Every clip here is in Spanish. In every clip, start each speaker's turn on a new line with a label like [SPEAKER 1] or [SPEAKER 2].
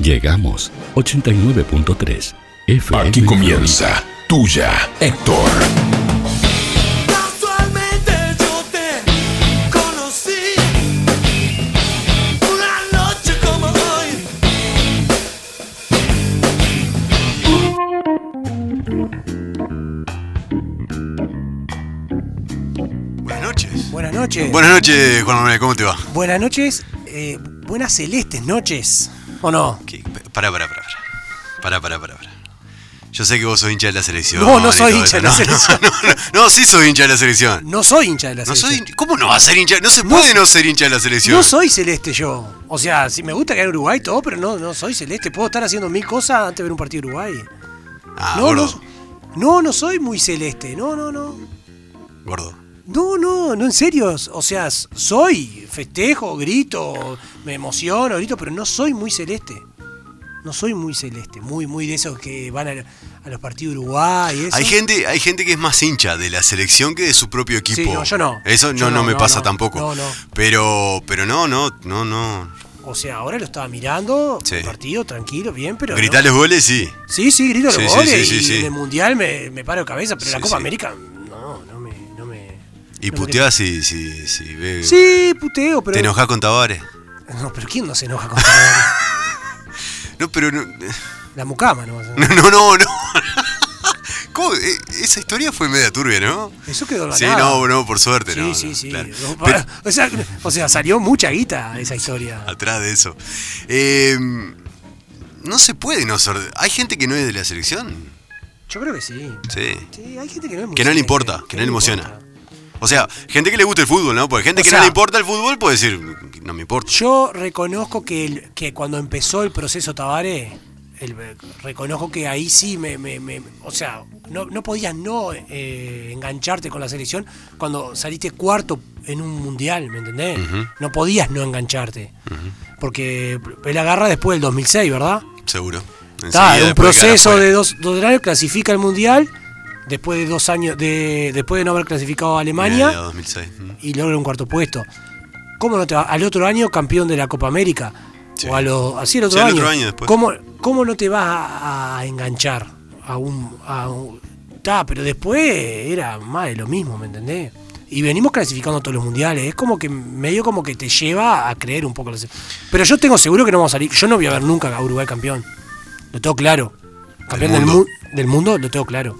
[SPEAKER 1] Llegamos 89.3 FM.
[SPEAKER 2] Aquí comienza tuya, Héctor.
[SPEAKER 3] Casualmente yo te conocí una noche como hoy.
[SPEAKER 4] Buenas noches.
[SPEAKER 5] Buenas noches.
[SPEAKER 4] Buenas noches, Juan Manuel, ¿cómo te va?
[SPEAKER 5] Buenas noches. eh, buenas celestes noches. ¿O no?
[SPEAKER 4] ¿Qué? Pará, pará, pará. pará. Pará, pará, pará. pará. Yo sé que vos sos hincha de la selección.
[SPEAKER 5] No, no
[SPEAKER 4] y
[SPEAKER 5] soy
[SPEAKER 4] todo eso.
[SPEAKER 5] hincha de la
[SPEAKER 4] No,
[SPEAKER 5] selección.
[SPEAKER 4] No, no, no, no, sí soy hincha de la selección.
[SPEAKER 5] No soy hincha de la
[SPEAKER 4] No soy,
[SPEAKER 5] selección.
[SPEAKER 4] hin- ¿Cómo no va a ser hincha? No se puede no, ser hincha de la selección.
[SPEAKER 5] No soy celeste yo. O sea, si me gusta que en Uruguay todo, pero no, no soy celeste. Puedo estar haciendo mil cosas antes de ver un partido de Uruguay.
[SPEAKER 4] Ah,
[SPEAKER 5] no,
[SPEAKER 4] gordo.
[SPEAKER 5] no, no, no soy muy celeste. No, no, no.
[SPEAKER 4] Gordo.
[SPEAKER 5] No, no, no, en serio. O sea, s- soy, festejo, grito, me emociono, grito, pero no soy muy celeste. No soy muy celeste, muy, muy de esos que van a, a los partidos de Uruguay. y Eso.
[SPEAKER 4] Hay gente, hay gente que es más hincha de la selección que de su propio equipo.
[SPEAKER 5] Sí, no, yo no.
[SPEAKER 4] Eso
[SPEAKER 5] Yo
[SPEAKER 4] no, no,
[SPEAKER 5] no,
[SPEAKER 4] me
[SPEAKER 5] no,
[SPEAKER 4] pasa
[SPEAKER 5] no.
[SPEAKER 4] tampoco.
[SPEAKER 5] No, no.
[SPEAKER 4] Pero, pero no, no, no, no.
[SPEAKER 5] O sea, ahora lo estaba mirando,
[SPEAKER 4] Sí.
[SPEAKER 5] partido tranquilo, bien, pero. no.
[SPEAKER 4] Gritar los goles, sí.
[SPEAKER 5] Sí, sí, grito los
[SPEAKER 4] Sí, sí,
[SPEAKER 5] goles.
[SPEAKER 4] sí,
[SPEAKER 5] y
[SPEAKER 4] sí, sí.
[SPEAKER 5] en el mundial me, me paro de cabeza, pero en
[SPEAKER 4] Sí,
[SPEAKER 5] la Copa
[SPEAKER 4] sí.
[SPEAKER 5] América no, no me. No me
[SPEAKER 4] Y
[SPEAKER 5] no me-
[SPEAKER 4] puteás si, si, si ve-
[SPEAKER 5] Sí, puteo, pero.
[SPEAKER 4] Te enojás con Tavares.
[SPEAKER 5] No, pero ¿quién no se enoja con Tavares?
[SPEAKER 4] No, pero no,
[SPEAKER 5] La mucama, ¿eh? ¿no?
[SPEAKER 4] no, no, no. no. ¿Cómo? Eh, Esa historia fue media turbia, ¿no?
[SPEAKER 5] Eso quedó en la
[SPEAKER 4] Sí,
[SPEAKER 5] nada.
[SPEAKER 4] no, no, por suerte,
[SPEAKER 5] Sí,
[SPEAKER 4] no. no,
[SPEAKER 5] sí, sí.
[SPEAKER 4] claro.
[SPEAKER 5] No,
[SPEAKER 4] Pero-
[SPEAKER 5] para- o, sea, o sea, salió mucha guita esa historia.
[SPEAKER 4] atrás de eso. Eh, no se puede no ser. Hay gente que no es de la selección.
[SPEAKER 5] Yo creo que sí.
[SPEAKER 4] Sí.
[SPEAKER 5] Sí, hay gente que no es muy
[SPEAKER 4] Que no le
[SPEAKER 5] celeste,
[SPEAKER 4] importa, que no le emociona.
[SPEAKER 5] importa.
[SPEAKER 4] O sea, gente que le gusta el fútbol, ¿no? Porque gente
[SPEAKER 5] O
[SPEAKER 4] que
[SPEAKER 5] sea-
[SPEAKER 4] no le importa el fútbol puede decir, no me importa.
[SPEAKER 5] Yo reconozco que, el- que cuando empezó el proceso Tabaré, el- reconozco que ahí sí me. me- me- o sea, no, no podías no eh, engancharte con la selección cuando saliste cuarto en un mundial, ¿me entendés? No podías no engancharte. Porque él agarra después del 2006, ¿verdad?
[SPEAKER 4] Seguro. Enseguida,
[SPEAKER 5] Está, un
[SPEAKER 4] después queda
[SPEAKER 5] proceso
[SPEAKER 4] afuera.
[SPEAKER 5] de dos, dos años, clasifica al mundial, después de dos años, de, después de no haber clasificado a Alemania
[SPEAKER 4] Media 2006. Mm.
[SPEAKER 5] y logra un cuarto puesto. ¿Cómo no te va? Al otro año campeón de la Copa América.
[SPEAKER 4] Sí.
[SPEAKER 5] O a lo- así el otro,
[SPEAKER 4] Sí, al
[SPEAKER 5] año.
[SPEAKER 4] otro año después.
[SPEAKER 5] ¿Cómo, cómo no te vas a, a enganchar a un... a un- Ta, pero después era más de lo mismo, ¿me entendés? Y venimos clasificando todos los mundiales. Es como que medio como que te lleva a creer un poco. la se- Pero yo tengo seguro que no vamos a salir. Yo no voy a ver nunca a Uruguay campeón. Lo tengo claro. Campeón del,
[SPEAKER 4] mundo.
[SPEAKER 5] mu- del mundo, lo tengo claro.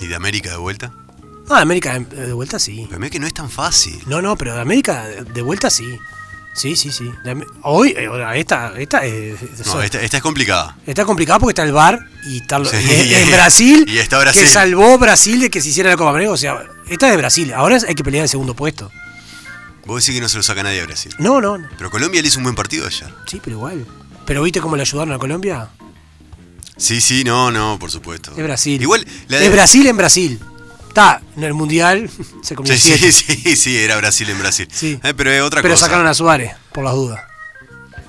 [SPEAKER 4] Y de América de vuelta.
[SPEAKER 5] Ah, América de- de vuelta sí.
[SPEAKER 4] Pero mira que no es tan fácil.
[SPEAKER 5] No, no, pero de América de vuelta sí. Sí, sí, sí. De Am- Hoy, eh, ahora, esta, esta es- es-
[SPEAKER 4] No, esta, esta es complicada.
[SPEAKER 5] está complicada porque está el VAR y está lo-
[SPEAKER 4] Sí,
[SPEAKER 5] y es-
[SPEAKER 4] y-
[SPEAKER 5] es Brasil,
[SPEAKER 4] y está Brasil.
[SPEAKER 5] que salvó Brasil de que se hiciera la Copa América. O sea, esta es de Brasil. Ahora hay que pelear el segundo puesto.
[SPEAKER 4] Vos decís que no se lo saca nadie a Brasil.
[SPEAKER 5] No, no, no.
[SPEAKER 4] Pero Colombia le hizo un buen partido ayer.
[SPEAKER 5] sí, pero igual. Pero viste cómo le ayudaron a Colombia.
[SPEAKER 4] Sí, sí, no, no, por supuesto.
[SPEAKER 5] Es Brasil.
[SPEAKER 4] Igual, la de-
[SPEAKER 5] Es Brasil en Brasil. Está, en el Mundial se comió
[SPEAKER 4] Sí,
[SPEAKER 5] siete,
[SPEAKER 4] sí, sí, sí, era Brasil en Brasil.
[SPEAKER 5] Sí.
[SPEAKER 4] Eh, pero es otra
[SPEAKER 5] Pero
[SPEAKER 4] cosa.
[SPEAKER 5] sacaron a Suárez, por las dudas.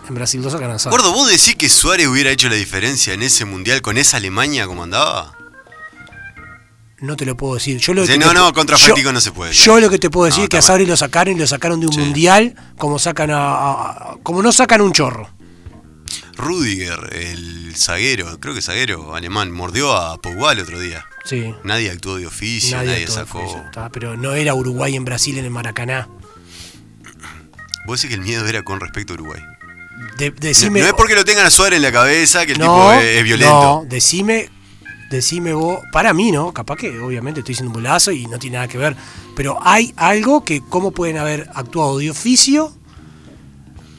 [SPEAKER 5] En Brasil lo sacaron a Suárez.
[SPEAKER 4] Gordo, ¿vos decís que Suárez hubiera hecho la diferencia en ese mundial con esa Alemania como andaba?
[SPEAKER 5] No te lo puedo decir. Yo lo
[SPEAKER 4] Sí,
[SPEAKER 5] que
[SPEAKER 4] no,
[SPEAKER 5] te-
[SPEAKER 4] no, contra
[SPEAKER 5] yo-
[SPEAKER 4] Fático no se puede.
[SPEAKER 5] Yo lo que te puedo decir
[SPEAKER 4] No,
[SPEAKER 5] es que a
[SPEAKER 4] está mal.
[SPEAKER 5] Sabri lo sacaron y lo sacaron de un
[SPEAKER 4] Sí.
[SPEAKER 5] mundial como sacan a, a- a- como no sacan un chorro.
[SPEAKER 4] Rudiger, el zaguero, creo que zaguero alemán, mordió a Pogba el otro día.
[SPEAKER 5] Sí.
[SPEAKER 4] Nadie actuó de oficio, nadie,
[SPEAKER 5] actuó
[SPEAKER 4] sacó.
[SPEAKER 5] en Francia, está, pero no era Uruguay en Brasil en el Maracaná.
[SPEAKER 4] Vos decís que el miedo era con respecto a Uruguay. No-
[SPEAKER 5] De- decime,
[SPEAKER 4] no es porque lo tengan a Suárez en la cabeza, que el
[SPEAKER 5] No,
[SPEAKER 4] tipo es, es violento.
[SPEAKER 5] No, decime, decime vos, para mí, ¿no? Capaz que obviamente estoy diciendo un bolazo y no tiene nada que ver, pero hay algo que cómo pueden haber actuado de oficio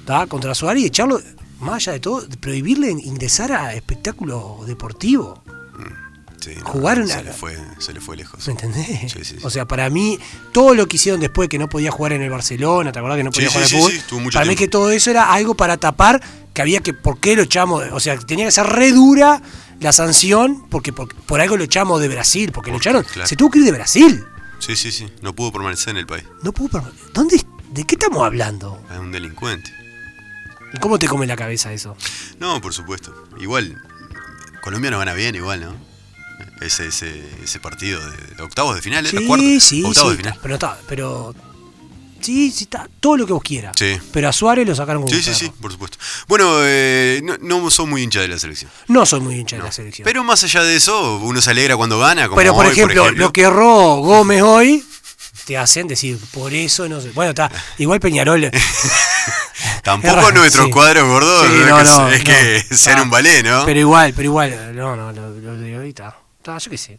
[SPEAKER 5] ¿tá? contra Suárez y echarlo, más allá de todo, prohibirle ingresar a espectáculos deportivos,
[SPEAKER 4] Sí, no,
[SPEAKER 5] jugaron
[SPEAKER 4] se
[SPEAKER 5] a-
[SPEAKER 4] le fue, se le fue lejos.
[SPEAKER 5] ¿me entendés?
[SPEAKER 4] Sí, sí, sí.
[SPEAKER 5] O sea, para mí, todo lo que hicieron después que no podía jugar en el Barcelona, ¿te acordás que no
[SPEAKER 4] Sí,
[SPEAKER 5] podía
[SPEAKER 4] sí,
[SPEAKER 5] jugar en
[SPEAKER 4] sí,
[SPEAKER 5] el fútbol?
[SPEAKER 4] sí, estuvo mucho
[SPEAKER 5] para mí
[SPEAKER 4] tiempo.
[SPEAKER 5] que todo eso era algo para tapar, que había que, ¿por qué lo echamos? O sea, que tenía que ser re dura la sanción, porque por, por algo lo echamos de Brasil, porque lo
[SPEAKER 4] Porque,
[SPEAKER 5] echaron.
[SPEAKER 4] claro.
[SPEAKER 5] Se tuvo que ir de Brasil.
[SPEAKER 4] Sí, sí, sí. No pudo permanecer en el país.
[SPEAKER 5] No pudo perma- ¿Dónde, ¿De qué estamos hablando?
[SPEAKER 4] Es un delincuente.
[SPEAKER 5] ¿Y cómo te come la cabeza eso?
[SPEAKER 4] No, por supuesto. Igual, Colombia no gana bien, igual, ¿no? Ese, ese, ese partido de, de octavos de final, ¿era? ¿Cuarto?
[SPEAKER 5] sí,
[SPEAKER 4] octavos de
[SPEAKER 5] sí,
[SPEAKER 4] final.
[SPEAKER 5] Pero no está, pero sí, sí, está todo lo que vos quieras.
[SPEAKER 4] Sí.
[SPEAKER 5] Pero a Suárez lo sacaron como
[SPEAKER 4] Sí,
[SPEAKER 5] un
[SPEAKER 4] sí, sí,
[SPEAKER 5] perro.
[SPEAKER 4] por supuesto. Bueno, eh, no, no soy muy hincha de la selección.
[SPEAKER 5] No soy muy hincha de la selección.
[SPEAKER 4] Pero más allá de eso, uno se alegra cuando gana. Como
[SPEAKER 5] Pero por
[SPEAKER 4] hoy,
[SPEAKER 5] ejemplo, lo que erró Gómez hoy te hacen decir, por eso no sé. Bueno, está igual Peñarol.
[SPEAKER 4] Tampoco
[SPEAKER 5] erra-
[SPEAKER 4] nuestro
[SPEAKER 5] sí.
[SPEAKER 4] cuadro gordo
[SPEAKER 5] Sí,
[SPEAKER 4] no es
[SPEAKER 5] no,
[SPEAKER 4] que,
[SPEAKER 5] no,
[SPEAKER 4] es que
[SPEAKER 5] no.
[SPEAKER 4] sean
[SPEAKER 5] Ah,
[SPEAKER 4] un ballet, ¿no?
[SPEAKER 5] Pero igual, pero igual, no, no, lo, lo de hoy está. Está, yo qué sé.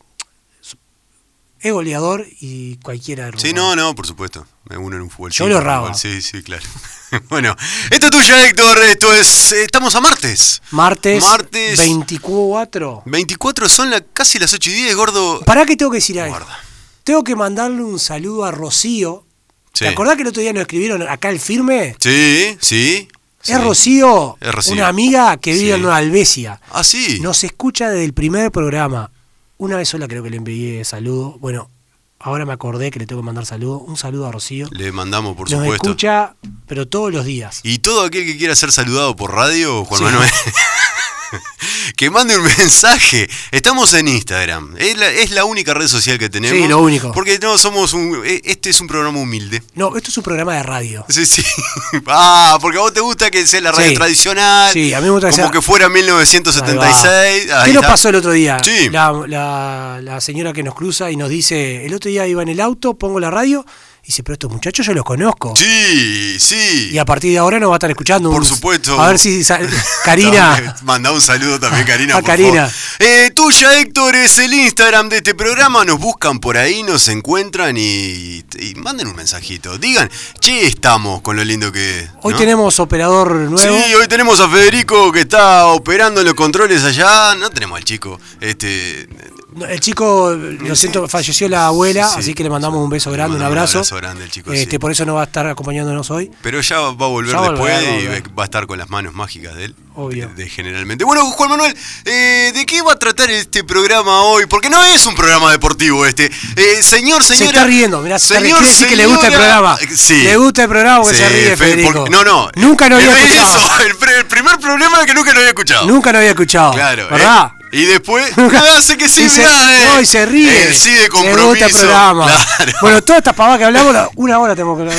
[SPEAKER 5] Es goleador y cualquiera erró.
[SPEAKER 4] Sí, no, no, por supuesto. Uno en un fútbol.
[SPEAKER 5] Yo
[SPEAKER 4] cinco,
[SPEAKER 5] lo
[SPEAKER 4] en un
[SPEAKER 5] erraba.
[SPEAKER 4] fútbol- Sí, sí, claro. bueno, esto es tuya, Héctor. Esto es. eh, estamos a martes.
[SPEAKER 5] Martes,
[SPEAKER 4] Martes.
[SPEAKER 5] 24.
[SPEAKER 4] 24 son la- casi las 8 y 10, gordo.
[SPEAKER 5] ¿Para qué tengo que decir algo?
[SPEAKER 4] Guarda.
[SPEAKER 5] Tengo que mandarle un saludo a Rocío.
[SPEAKER 4] Sí.
[SPEAKER 5] ¿Te acordás que el otro día nos escribieron acá el firme?
[SPEAKER 4] Sí, sí. sí.
[SPEAKER 5] Es Rocío,
[SPEAKER 4] Es Rocío.
[SPEAKER 5] una amiga que vive
[SPEAKER 4] Sí.
[SPEAKER 5] en Nueva Albesia.
[SPEAKER 4] Ah, sí.
[SPEAKER 5] Nos escucha desde el primer programa. Una vez sola creo que le envié saludo. Bueno, ahora me acordé que le tengo que mandar saludo. Un saludo a Rocío.
[SPEAKER 4] Le mandamos, por
[SPEAKER 5] Nos
[SPEAKER 4] supuesto.
[SPEAKER 5] escucha, pero todos los días.
[SPEAKER 4] Y todo aquel que quiera ser saludado por radio, Juan
[SPEAKER 5] Sí.
[SPEAKER 4] Manuel, que mande un mensaje. Estamos en Instagram. Es la, es la única red social que tenemos.
[SPEAKER 5] Sí, lo único.
[SPEAKER 4] Porque no somos un. e- Este es un programa humilde.
[SPEAKER 5] No, esto es un programa de radio.
[SPEAKER 4] Sí, sí. Ah, porque a vos te gusta que sea la radio
[SPEAKER 5] Sí.
[SPEAKER 4] tradicional.
[SPEAKER 5] Sí, a mí me gusta que
[SPEAKER 4] Como
[SPEAKER 5] sea-
[SPEAKER 4] que fuera
[SPEAKER 5] Ahí
[SPEAKER 4] 1976.
[SPEAKER 5] va.
[SPEAKER 4] Ahí
[SPEAKER 5] ¿Qué nos
[SPEAKER 4] está.
[SPEAKER 5] pasó el otro día?
[SPEAKER 4] Sí.
[SPEAKER 5] La, la- la señora que nos cruza y nos dice, el otro día iba en el auto, pongo la radio, y dice, pero estos muchachos yo los conozco.
[SPEAKER 4] Sí, sí.
[SPEAKER 5] Y a partir de ahora nos va a estar escuchando.
[SPEAKER 4] Por
[SPEAKER 5] Un-
[SPEAKER 4] supuesto.
[SPEAKER 5] A ver si sal- Karina.
[SPEAKER 4] Manda un saludo también, Karina.
[SPEAKER 5] A
[SPEAKER 4] por
[SPEAKER 5] Karina.
[SPEAKER 4] favor. Eh, tuya, Héctor, es el Instagram de este programa. Nos buscan por ahí, nos encuentran y, y manden un mensajito. Digan, che, estamos con lo lindo que es.
[SPEAKER 5] Hoy
[SPEAKER 4] ¿no?
[SPEAKER 5] tenemos operador nuevo.
[SPEAKER 4] Sí, hoy tenemos a Federico que está operando en los controles allá. No tenemos al chico. Este,
[SPEAKER 5] No, El chico, lo siento, falleció la abuela,
[SPEAKER 4] Sí, sí.
[SPEAKER 5] así que le mandamos un beso
[SPEAKER 4] Le
[SPEAKER 5] grande, un
[SPEAKER 4] mandamos un
[SPEAKER 5] abrazo.
[SPEAKER 4] abrazo grande al chico,
[SPEAKER 5] Este,
[SPEAKER 4] sí.
[SPEAKER 5] Por eso no va a estar acompañándonos hoy.
[SPEAKER 4] pero ya va a volver
[SPEAKER 5] Ya
[SPEAKER 4] después
[SPEAKER 5] volverá,
[SPEAKER 4] y
[SPEAKER 5] volverá.
[SPEAKER 4] va a estar con las manos mágicas de él.
[SPEAKER 5] Obvio.
[SPEAKER 4] De, de generalmente. Bueno, Juan Manuel, eh, ¿de qué va a tratar este programa hoy? Porque no es un programa deportivo este. Eh, señor, señora.
[SPEAKER 5] se está riendo, mirá, se ríe, quiere decir que le gusta el
[SPEAKER 4] señora- Eh,
[SPEAKER 5] programa.
[SPEAKER 4] Sí.
[SPEAKER 5] Le gusta el programa porque
[SPEAKER 4] Sí,
[SPEAKER 5] se ríe,
[SPEAKER 4] Fe-
[SPEAKER 5] Federico.
[SPEAKER 4] porque- no, no.
[SPEAKER 5] Nunca lo
[SPEAKER 4] Eh,
[SPEAKER 5] había
[SPEAKER 4] eh,
[SPEAKER 5] escuchado.
[SPEAKER 4] eso, el, pre- el primer problema es que nunca lo había escuchado.
[SPEAKER 5] Nunca lo había escuchado.
[SPEAKER 4] Claro, ¿eh?
[SPEAKER 5] ¿Verdad?
[SPEAKER 4] Y después.
[SPEAKER 5] Nunca-
[SPEAKER 4] Ah, sé que sí,
[SPEAKER 5] Y se-
[SPEAKER 4] mirá, eh.
[SPEAKER 5] no, y se ríe.
[SPEAKER 4] El sí de compromiso.
[SPEAKER 5] Le gusta el programa.
[SPEAKER 4] Claro.
[SPEAKER 5] Bueno, todas estas pavadas que hablamos, la- una hora tenemos que hablar.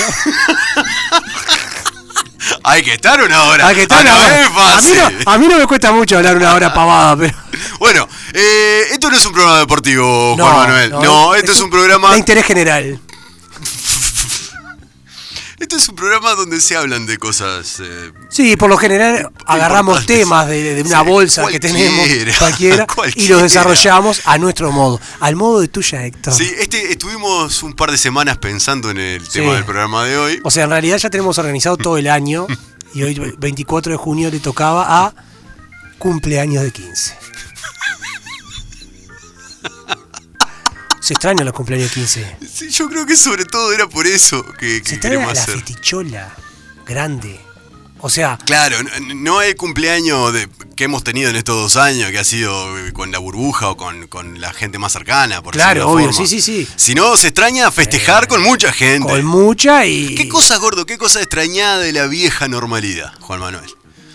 [SPEAKER 4] Hay que estar una hora.
[SPEAKER 5] Hay que estar
[SPEAKER 4] Ah,
[SPEAKER 5] una
[SPEAKER 4] no
[SPEAKER 5] hora.
[SPEAKER 4] es
[SPEAKER 5] a, mí
[SPEAKER 4] fácil.
[SPEAKER 5] no, a mí no me cuesta mucho hablar una hora pavada, pero.
[SPEAKER 4] Bueno, eh, esto no es un programa deportivo,
[SPEAKER 5] No,
[SPEAKER 4] Juan Manuel. No, esto es, un programa.
[SPEAKER 5] De interés general.
[SPEAKER 4] Esto es un programa donde se hablan de cosas. eh,
[SPEAKER 5] Sí, por lo general agarramos
[SPEAKER 4] Importantes.
[SPEAKER 5] temas de, de una
[SPEAKER 4] Sí,
[SPEAKER 5] bolsa que tenemos,
[SPEAKER 4] cualquiera,
[SPEAKER 5] cualquiera, y
[SPEAKER 4] cualquiera.
[SPEAKER 5] los desarrollamos a nuestro modo, al modo de tuya, Héctor.
[SPEAKER 4] Sí, este, estuvimos un par de semanas pensando en el tema
[SPEAKER 5] Sí.
[SPEAKER 4] del programa de hoy.
[SPEAKER 5] O sea, en realidad ya tenemos organizado todo el año y hoy 24 de junio le tocaba a cumpleaños de 15. Se extrañan los cumpleaños de 15.
[SPEAKER 4] Sí, yo creo que sobre todo era por eso que,
[SPEAKER 5] Se
[SPEAKER 4] que
[SPEAKER 5] extraña
[SPEAKER 4] queremos
[SPEAKER 5] la
[SPEAKER 4] hacer.
[SPEAKER 5] fetichola grande. O sea,
[SPEAKER 4] Claro, no, no el cumpleaños de, que hemos tenido en estos dos años, que ha sido eh, con la burbuja o con, con la gente más cercana, por
[SPEAKER 5] Claro,
[SPEAKER 4] decirlo de
[SPEAKER 5] obvio,
[SPEAKER 4] forma.
[SPEAKER 5] sí, sí, sí.
[SPEAKER 4] Si no, se extraña festejar con mucha gente.
[SPEAKER 5] con mucha y...
[SPEAKER 4] ¿Qué cosa, gordo? ¿Qué cosa extrañada de la vieja normalidad, Juan Manuel?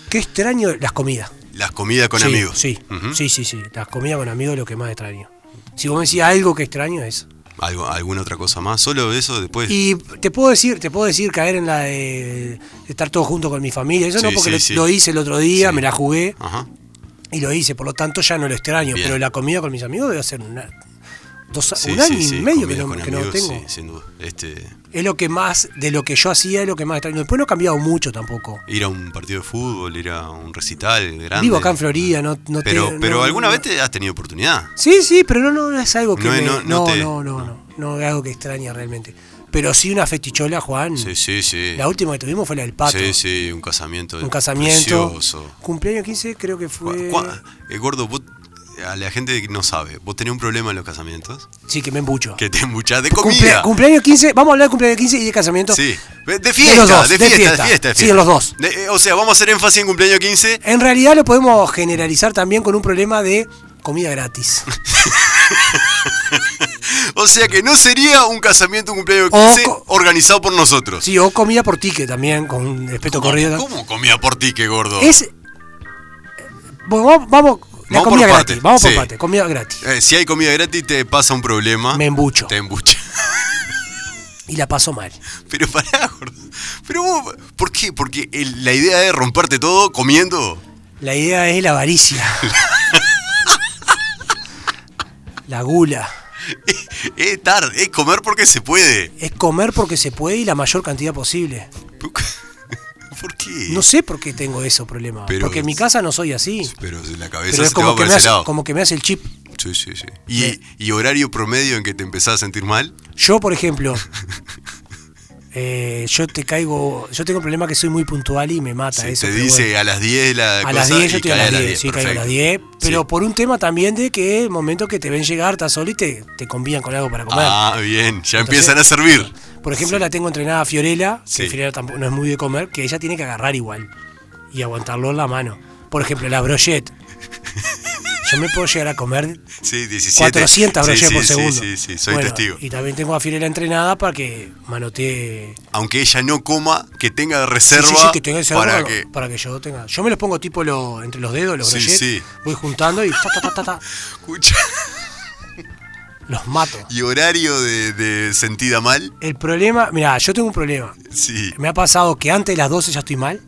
[SPEAKER 5] Qué extraño las comidas.
[SPEAKER 4] Las comidas con
[SPEAKER 5] Sí,
[SPEAKER 4] amigos.
[SPEAKER 5] Sí,
[SPEAKER 4] Ujú.
[SPEAKER 5] sí, sí, sí. Las comidas con amigos es lo que más extraño. Si vos me decís algo que extraño es.
[SPEAKER 4] ¿Algo, ¿Alguna otra cosa más? Solo eso después.
[SPEAKER 5] Y te puedo decir, te puedo decir caer en la de, de estar todo junto con mi familia. Eso no
[SPEAKER 4] Sí, sí,
[SPEAKER 5] porque lo,
[SPEAKER 4] sí.
[SPEAKER 5] lo hice el otro día,
[SPEAKER 4] Sí.
[SPEAKER 5] me la jugué
[SPEAKER 4] Ajá.
[SPEAKER 5] y lo hice, por lo tanto ya no lo extraño.
[SPEAKER 4] Bien.
[SPEAKER 5] Pero la comida con mis amigos debe ser una- dos-
[SPEAKER 4] Sí,
[SPEAKER 5] un año
[SPEAKER 4] sí, sí,
[SPEAKER 5] y medio que
[SPEAKER 4] comidas
[SPEAKER 5] no,
[SPEAKER 4] con
[SPEAKER 5] que no
[SPEAKER 4] amigos,
[SPEAKER 5] tengo.
[SPEAKER 4] sí, sin duda. Este,
[SPEAKER 5] Es lo que más, de lo que yo hacía, es lo que más extraño. Después no he cambiado mucho tampoco.
[SPEAKER 4] ir a un partido de fútbol, ir a un recital grande.
[SPEAKER 5] Vivo acá en Florida, no, no te-
[SPEAKER 4] Pero,
[SPEAKER 5] no-
[SPEAKER 4] pero alguna
[SPEAKER 5] no-
[SPEAKER 4] vez te has tenido oportunidad.
[SPEAKER 5] Sí, sí, pero no, no, no es algo que
[SPEAKER 4] No,
[SPEAKER 5] me-
[SPEAKER 4] no,
[SPEAKER 5] no,
[SPEAKER 4] no
[SPEAKER 5] no,
[SPEAKER 4] te-
[SPEAKER 5] no, no, no es algo que extraña realmente. Pero sí una festichola, Juan.
[SPEAKER 4] Sí, sí, sí.
[SPEAKER 5] La última que tuvimos fue la del pato.
[SPEAKER 4] Sí, sí, un casamiento.
[SPEAKER 5] Un casamiento.
[SPEAKER 4] Precioso.
[SPEAKER 5] Cumpleaños 15 creo que fue.
[SPEAKER 4] Cu- cu- eh, gordo, vos- a la gente que no sabe, ¿vos tenés un problema en los casamientos?
[SPEAKER 5] Sí, que me embucho.
[SPEAKER 4] Que te embuchás de
[SPEAKER 5] Cumple-
[SPEAKER 4] comida.
[SPEAKER 5] cumpleaños 15, vamos a hablar de cumpleaños 15 y de casamiento.
[SPEAKER 4] Sí, de de
[SPEAKER 5] De
[SPEAKER 4] fiesta,
[SPEAKER 5] los dos,
[SPEAKER 4] de,
[SPEAKER 5] de
[SPEAKER 4] fiesta, de
[SPEAKER 5] fiesta.
[SPEAKER 4] fiesta, de
[SPEAKER 5] Sí,
[SPEAKER 4] fiesta.
[SPEAKER 5] de los dos.
[SPEAKER 4] De- eh, o sea, vamos a hacer énfasis en cumpleaños 15.
[SPEAKER 5] En realidad lo podemos generalizar también con un problema de comida gratis.
[SPEAKER 4] O sea que no sería un casamiento, un cumpleaños
[SPEAKER 5] O
[SPEAKER 4] 15
[SPEAKER 5] co-
[SPEAKER 4] organizado por nosotros.
[SPEAKER 5] Sí, o comida por ticket también, con un respeto
[SPEAKER 4] ¿Cómo,
[SPEAKER 5] corrido.
[SPEAKER 4] cómo comida por ti, qué gordo?
[SPEAKER 5] Es. Bueno, vamos, vamos- la
[SPEAKER 4] Vamos por
[SPEAKER 5] comida gratis.
[SPEAKER 4] partes,
[SPEAKER 5] Vamos por
[SPEAKER 4] sí.
[SPEAKER 5] parte, comida gratis.
[SPEAKER 4] Eh, si hay comida gratis, te pasa un problema.
[SPEAKER 5] Me embucho.
[SPEAKER 4] Te embucha.
[SPEAKER 5] y la pasó mal.
[SPEAKER 4] Pero pará, gordo. Pero vos, ¿por qué? Porque el- la idea es romperte todo comiendo.
[SPEAKER 5] La idea es la avaricia. la gula.
[SPEAKER 4] Es tarde, es comer porque se puede.
[SPEAKER 5] Es comer porque se puede y la mayor cantidad posible.
[SPEAKER 4] ¿Por qué?
[SPEAKER 5] No sé por qué tengo ese problema.
[SPEAKER 4] Pero
[SPEAKER 5] porque en mi
[SPEAKER 4] es-
[SPEAKER 5] casa no soy así.
[SPEAKER 4] Pero en la cabeza
[SPEAKER 5] Pero es
[SPEAKER 4] se te va
[SPEAKER 5] como que,
[SPEAKER 4] para
[SPEAKER 5] me
[SPEAKER 4] ese
[SPEAKER 5] hace,
[SPEAKER 4] lado.
[SPEAKER 5] como que me hace el chip.
[SPEAKER 4] Sí, sí, sí. ¿Y, y horario promedio en que te empezás a sentir mal?
[SPEAKER 5] Yo, por ejemplo, eh, yo te caigo. Yo tengo el problema que soy muy puntual y me mata
[SPEAKER 4] Se
[SPEAKER 5] eso.
[SPEAKER 4] te
[SPEAKER 5] pero
[SPEAKER 4] dice
[SPEAKER 5] bueno.
[SPEAKER 4] a las 10 la
[SPEAKER 5] a las
[SPEAKER 4] cosa
[SPEAKER 5] 10 yo
[SPEAKER 4] y
[SPEAKER 5] estoy a
[SPEAKER 4] cae
[SPEAKER 5] las 10, sí, caigo a las
[SPEAKER 4] perfecto.
[SPEAKER 5] 10. Pero
[SPEAKER 4] Sí.
[SPEAKER 5] por un tema también de que el momento que te ven llegar, estás solo y te, te convidan con algo para comer.
[SPEAKER 4] Ah, bien, ya empiezan a servir.
[SPEAKER 5] Por ejemplo, la tengo entrenada a Fiorella, que
[SPEAKER 4] Sí.
[SPEAKER 5] Fiorella tampoco no es muy de comer, que ella tiene que agarrar igual y aguantarlo en la mano. Por ejemplo, la brochette. Yo me puedo llegar a comer
[SPEAKER 4] Sí, 17.
[SPEAKER 5] 400
[SPEAKER 4] Sí,
[SPEAKER 5] brochettes
[SPEAKER 4] sí,
[SPEAKER 5] por
[SPEAKER 4] sí,
[SPEAKER 5] segundo.
[SPEAKER 4] Sí, sí, soy
[SPEAKER 5] Bueno,
[SPEAKER 4] testigo.
[SPEAKER 5] Y también tengo a Fiorella entrenada para que manotee.
[SPEAKER 4] Aunque ella no coma, que tenga
[SPEAKER 5] Sí,
[SPEAKER 4] reserva
[SPEAKER 5] sí, sí, que tenga ese
[SPEAKER 4] para
[SPEAKER 5] algo
[SPEAKER 4] que...
[SPEAKER 5] para que yo tenga. Yo me los pongo tipo lo- entre los dedos, los
[SPEAKER 4] Sí,
[SPEAKER 5] brochettes.
[SPEAKER 4] sí.
[SPEAKER 5] Voy juntando y ta, ta, ta, ta, ta,
[SPEAKER 4] Escucha,
[SPEAKER 5] los mato.
[SPEAKER 4] ¿Y horario de, de sentida mal?
[SPEAKER 5] El problema, mira, yo tengo un problema.
[SPEAKER 4] Sí.
[SPEAKER 5] Me ha pasado que antes de las 12 ya estoy mal.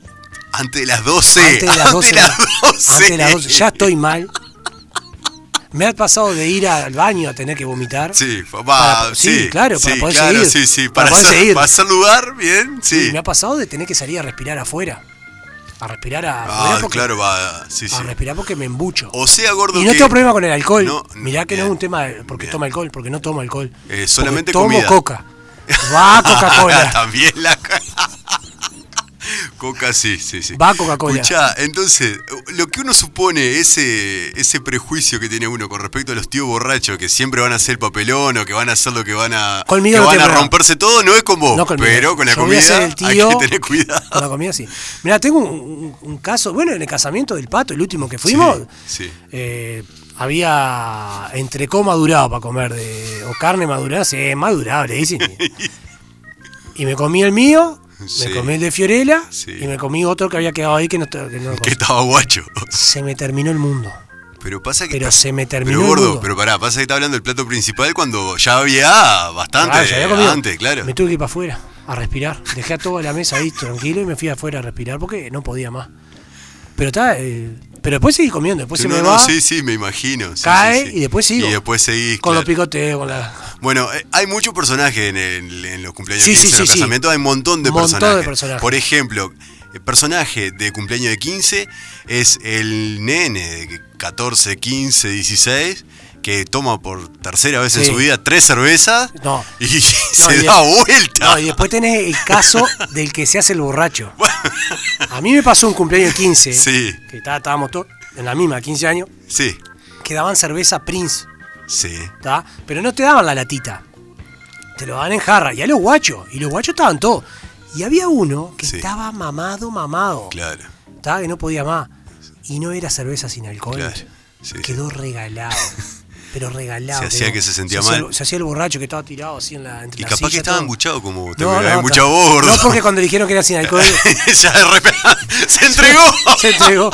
[SPEAKER 4] Antes de las 12.
[SPEAKER 5] antes de las
[SPEAKER 4] Antes
[SPEAKER 5] 12,
[SPEAKER 4] de las 12.
[SPEAKER 5] antes de las 12, ya estoy mal. Me ha pasado de ir al baño a tener que vomitar.
[SPEAKER 4] Sí, va,
[SPEAKER 5] Para-
[SPEAKER 4] sí,
[SPEAKER 5] sí, claro, para
[SPEAKER 4] sí,
[SPEAKER 5] poder
[SPEAKER 4] claro,
[SPEAKER 5] seguir.
[SPEAKER 4] Sí, sí, para,
[SPEAKER 5] Para poder
[SPEAKER 4] hacer,
[SPEAKER 5] seguir.
[SPEAKER 4] para hacer lugar, bien, sí.
[SPEAKER 5] Y me ha pasado de tener que salir a respirar afuera. A respirar a- afuera
[SPEAKER 4] Ah,
[SPEAKER 5] porque,
[SPEAKER 4] claro, va, sí, sí.
[SPEAKER 5] a respirar porque me embucho.
[SPEAKER 4] O sea, gordo
[SPEAKER 5] y no
[SPEAKER 4] que
[SPEAKER 5] tengo problema con el alcohol.
[SPEAKER 4] No, no,
[SPEAKER 5] Mirá que no
[SPEAKER 4] bien,
[SPEAKER 5] es un tema de- porque
[SPEAKER 4] bien. Eh,
[SPEAKER 5] tomo alcohol, porque no tomo alcohol. Porque
[SPEAKER 4] solamente
[SPEAKER 5] tomo
[SPEAKER 4] comida.
[SPEAKER 5] coca. Va Coca-Cola.
[SPEAKER 4] También la Coca, sí, sí, sí.
[SPEAKER 5] Va Coca-Cola.
[SPEAKER 4] Escuchá, entonces, lo que uno supone, ese, ese prejuicio que tiene uno con respecto a los tíos borrachos que siempre van a hacer el papelón o que van a hacer lo que van a.
[SPEAKER 5] Conmigo
[SPEAKER 4] que
[SPEAKER 5] no
[SPEAKER 4] van
[SPEAKER 5] tengo
[SPEAKER 4] a
[SPEAKER 5] problema.
[SPEAKER 4] romperse todo, no es con vos.
[SPEAKER 5] No conmigo.
[SPEAKER 4] Pero con la
[SPEAKER 5] Yo voy a ser
[SPEAKER 4] comida
[SPEAKER 5] el tío-
[SPEAKER 4] hay que tener cuidado.
[SPEAKER 5] Con la comida sí. Mirá, tengo un, un- un caso, bueno, en el casamiento del pato, el último que fuimos,
[SPEAKER 4] sí.
[SPEAKER 5] eh, había entrecó madurado para comer, de, o carne madurada, sí, madurado, le dicen. y me comí el mío, me
[SPEAKER 4] Sí.
[SPEAKER 5] comí el de Fiorella,
[SPEAKER 4] Sí.
[SPEAKER 5] y me comí otro que había quedado ahí que no, estaba- que no lo
[SPEAKER 4] Que
[SPEAKER 5] comí.
[SPEAKER 4] estaba guacho.
[SPEAKER 5] Se me terminó el mundo.
[SPEAKER 4] Pero pasa que.
[SPEAKER 5] Pero
[SPEAKER 4] está-
[SPEAKER 5] se me terminó
[SPEAKER 4] Pero
[SPEAKER 5] el
[SPEAKER 4] gordo,
[SPEAKER 5] mundo.
[SPEAKER 4] pero pará, pasa que está hablando del plato principal cuando ya había bastante
[SPEAKER 5] Claro, Ah, ya había comido.
[SPEAKER 4] antes, claro.
[SPEAKER 5] Me tuve que ir para afuera a respirar. Dejé a toda la mesa ahí tranquilo y me fui afuera a respirar porque no podía más. Pero está. eh, pero después seguí comiendo. Después se
[SPEAKER 4] no,
[SPEAKER 5] me
[SPEAKER 4] no,
[SPEAKER 5] va
[SPEAKER 4] sí, sí, me imagino. sí,
[SPEAKER 5] Cae
[SPEAKER 4] sí, sí.
[SPEAKER 5] y después sigo.
[SPEAKER 4] Y después seguís.
[SPEAKER 5] con los
[SPEAKER 4] claro.
[SPEAKER 5] picoteos, con la.
[SPEAKER 4] Bueno, eh, hay muchos personajes en, el- en los cumpleaños
[SPEAKER 5] Sí,
[SPEAKER 4] de
[SPEAKER 5] sí,
[SPEAKER 4] 15, en los
[SPEAKER 5] sí, sí.
[SPEAKER 4] casamientos, hay un montón de
[SPEAKER 5] Montón de
[SPEAKER 4] personajes.
[SPEAKER 5] personajes.
[SPEAKER 4] Por ejemplo, el personaje de cumpleaños de 15 es el nene de 14, 15, 16 que toma por tercera vez en
[SPEAKER 5] Sí.
[SPEAKER 4] su vida tres cervezas
[SPEAKER 5] No.
[SPEAKER 4] y
[SPEAKER 5] No,
[SPEAKER 4] se
[SPEAKER 5] y-
[SPEAKER 4] da vuelta.
[SPEAKER 5] No, y después tenés el caso del que se hace el borracho. A mí me pasó un cumpleaños de 15.
[SPEAKER 4] Sí.
[SPEAKER 5] Que tá- estábamos todos en la misma, 15 años.
[SPEAKER 4] Sí,
[SPEAKER 5] Que daban cerveza Prince.
[SPEAKER 4] sí.
[SPEAKER 5] ¿tá? Pero no te daban la latita. Te lo daban en jarra. Y a los guachos. Y los guachos estaban todos. Y había uno que
[SPEAKER 4] Sí.
[SPEAKER 5] estaba mamado, mamado.
[SPEAKER 4] Claro,
[SPEAKER 5] ¿tá? Que no podía más. Y no era cerveza sin alcohol.
[SPEAKER 4] claro. Sí, sí.
[SPEAKER 5] Quedó regalado. Pero regalado.
[SPEAKER 4] Se hacía
[SPEAKER 5] quedó.
[SPEAKER 4] que se sentía
[SPEAKER 5] hacía
[SPEAKER 4] mal.
[SPEAKER 5] el- se hacía el borracho que estaba tirado así en la entre
[SPEAKER 4] Y
[SPEAKER 5] la
[SPEAKER 4] capaz que
[SPEAKER 5] silla,
[SPEAKER 4] estaba
[SPEAKER 5] todo.
[SPEAKER 4] embuchado como te
[SPEAKER 5] No,
[SPEAKER 4] hay
[SPEAKER 5] no,
[SPEAKER 4] mucha
[SPEAKER 5] no.
[SPEAKER 4] voz, gordo.
[SPEAKER 5] No, porque cuando le dijeron que era sin alcohol,
[SPEAKER 4] ya de repente se entregó.
[SPEAKER 5] se entregó.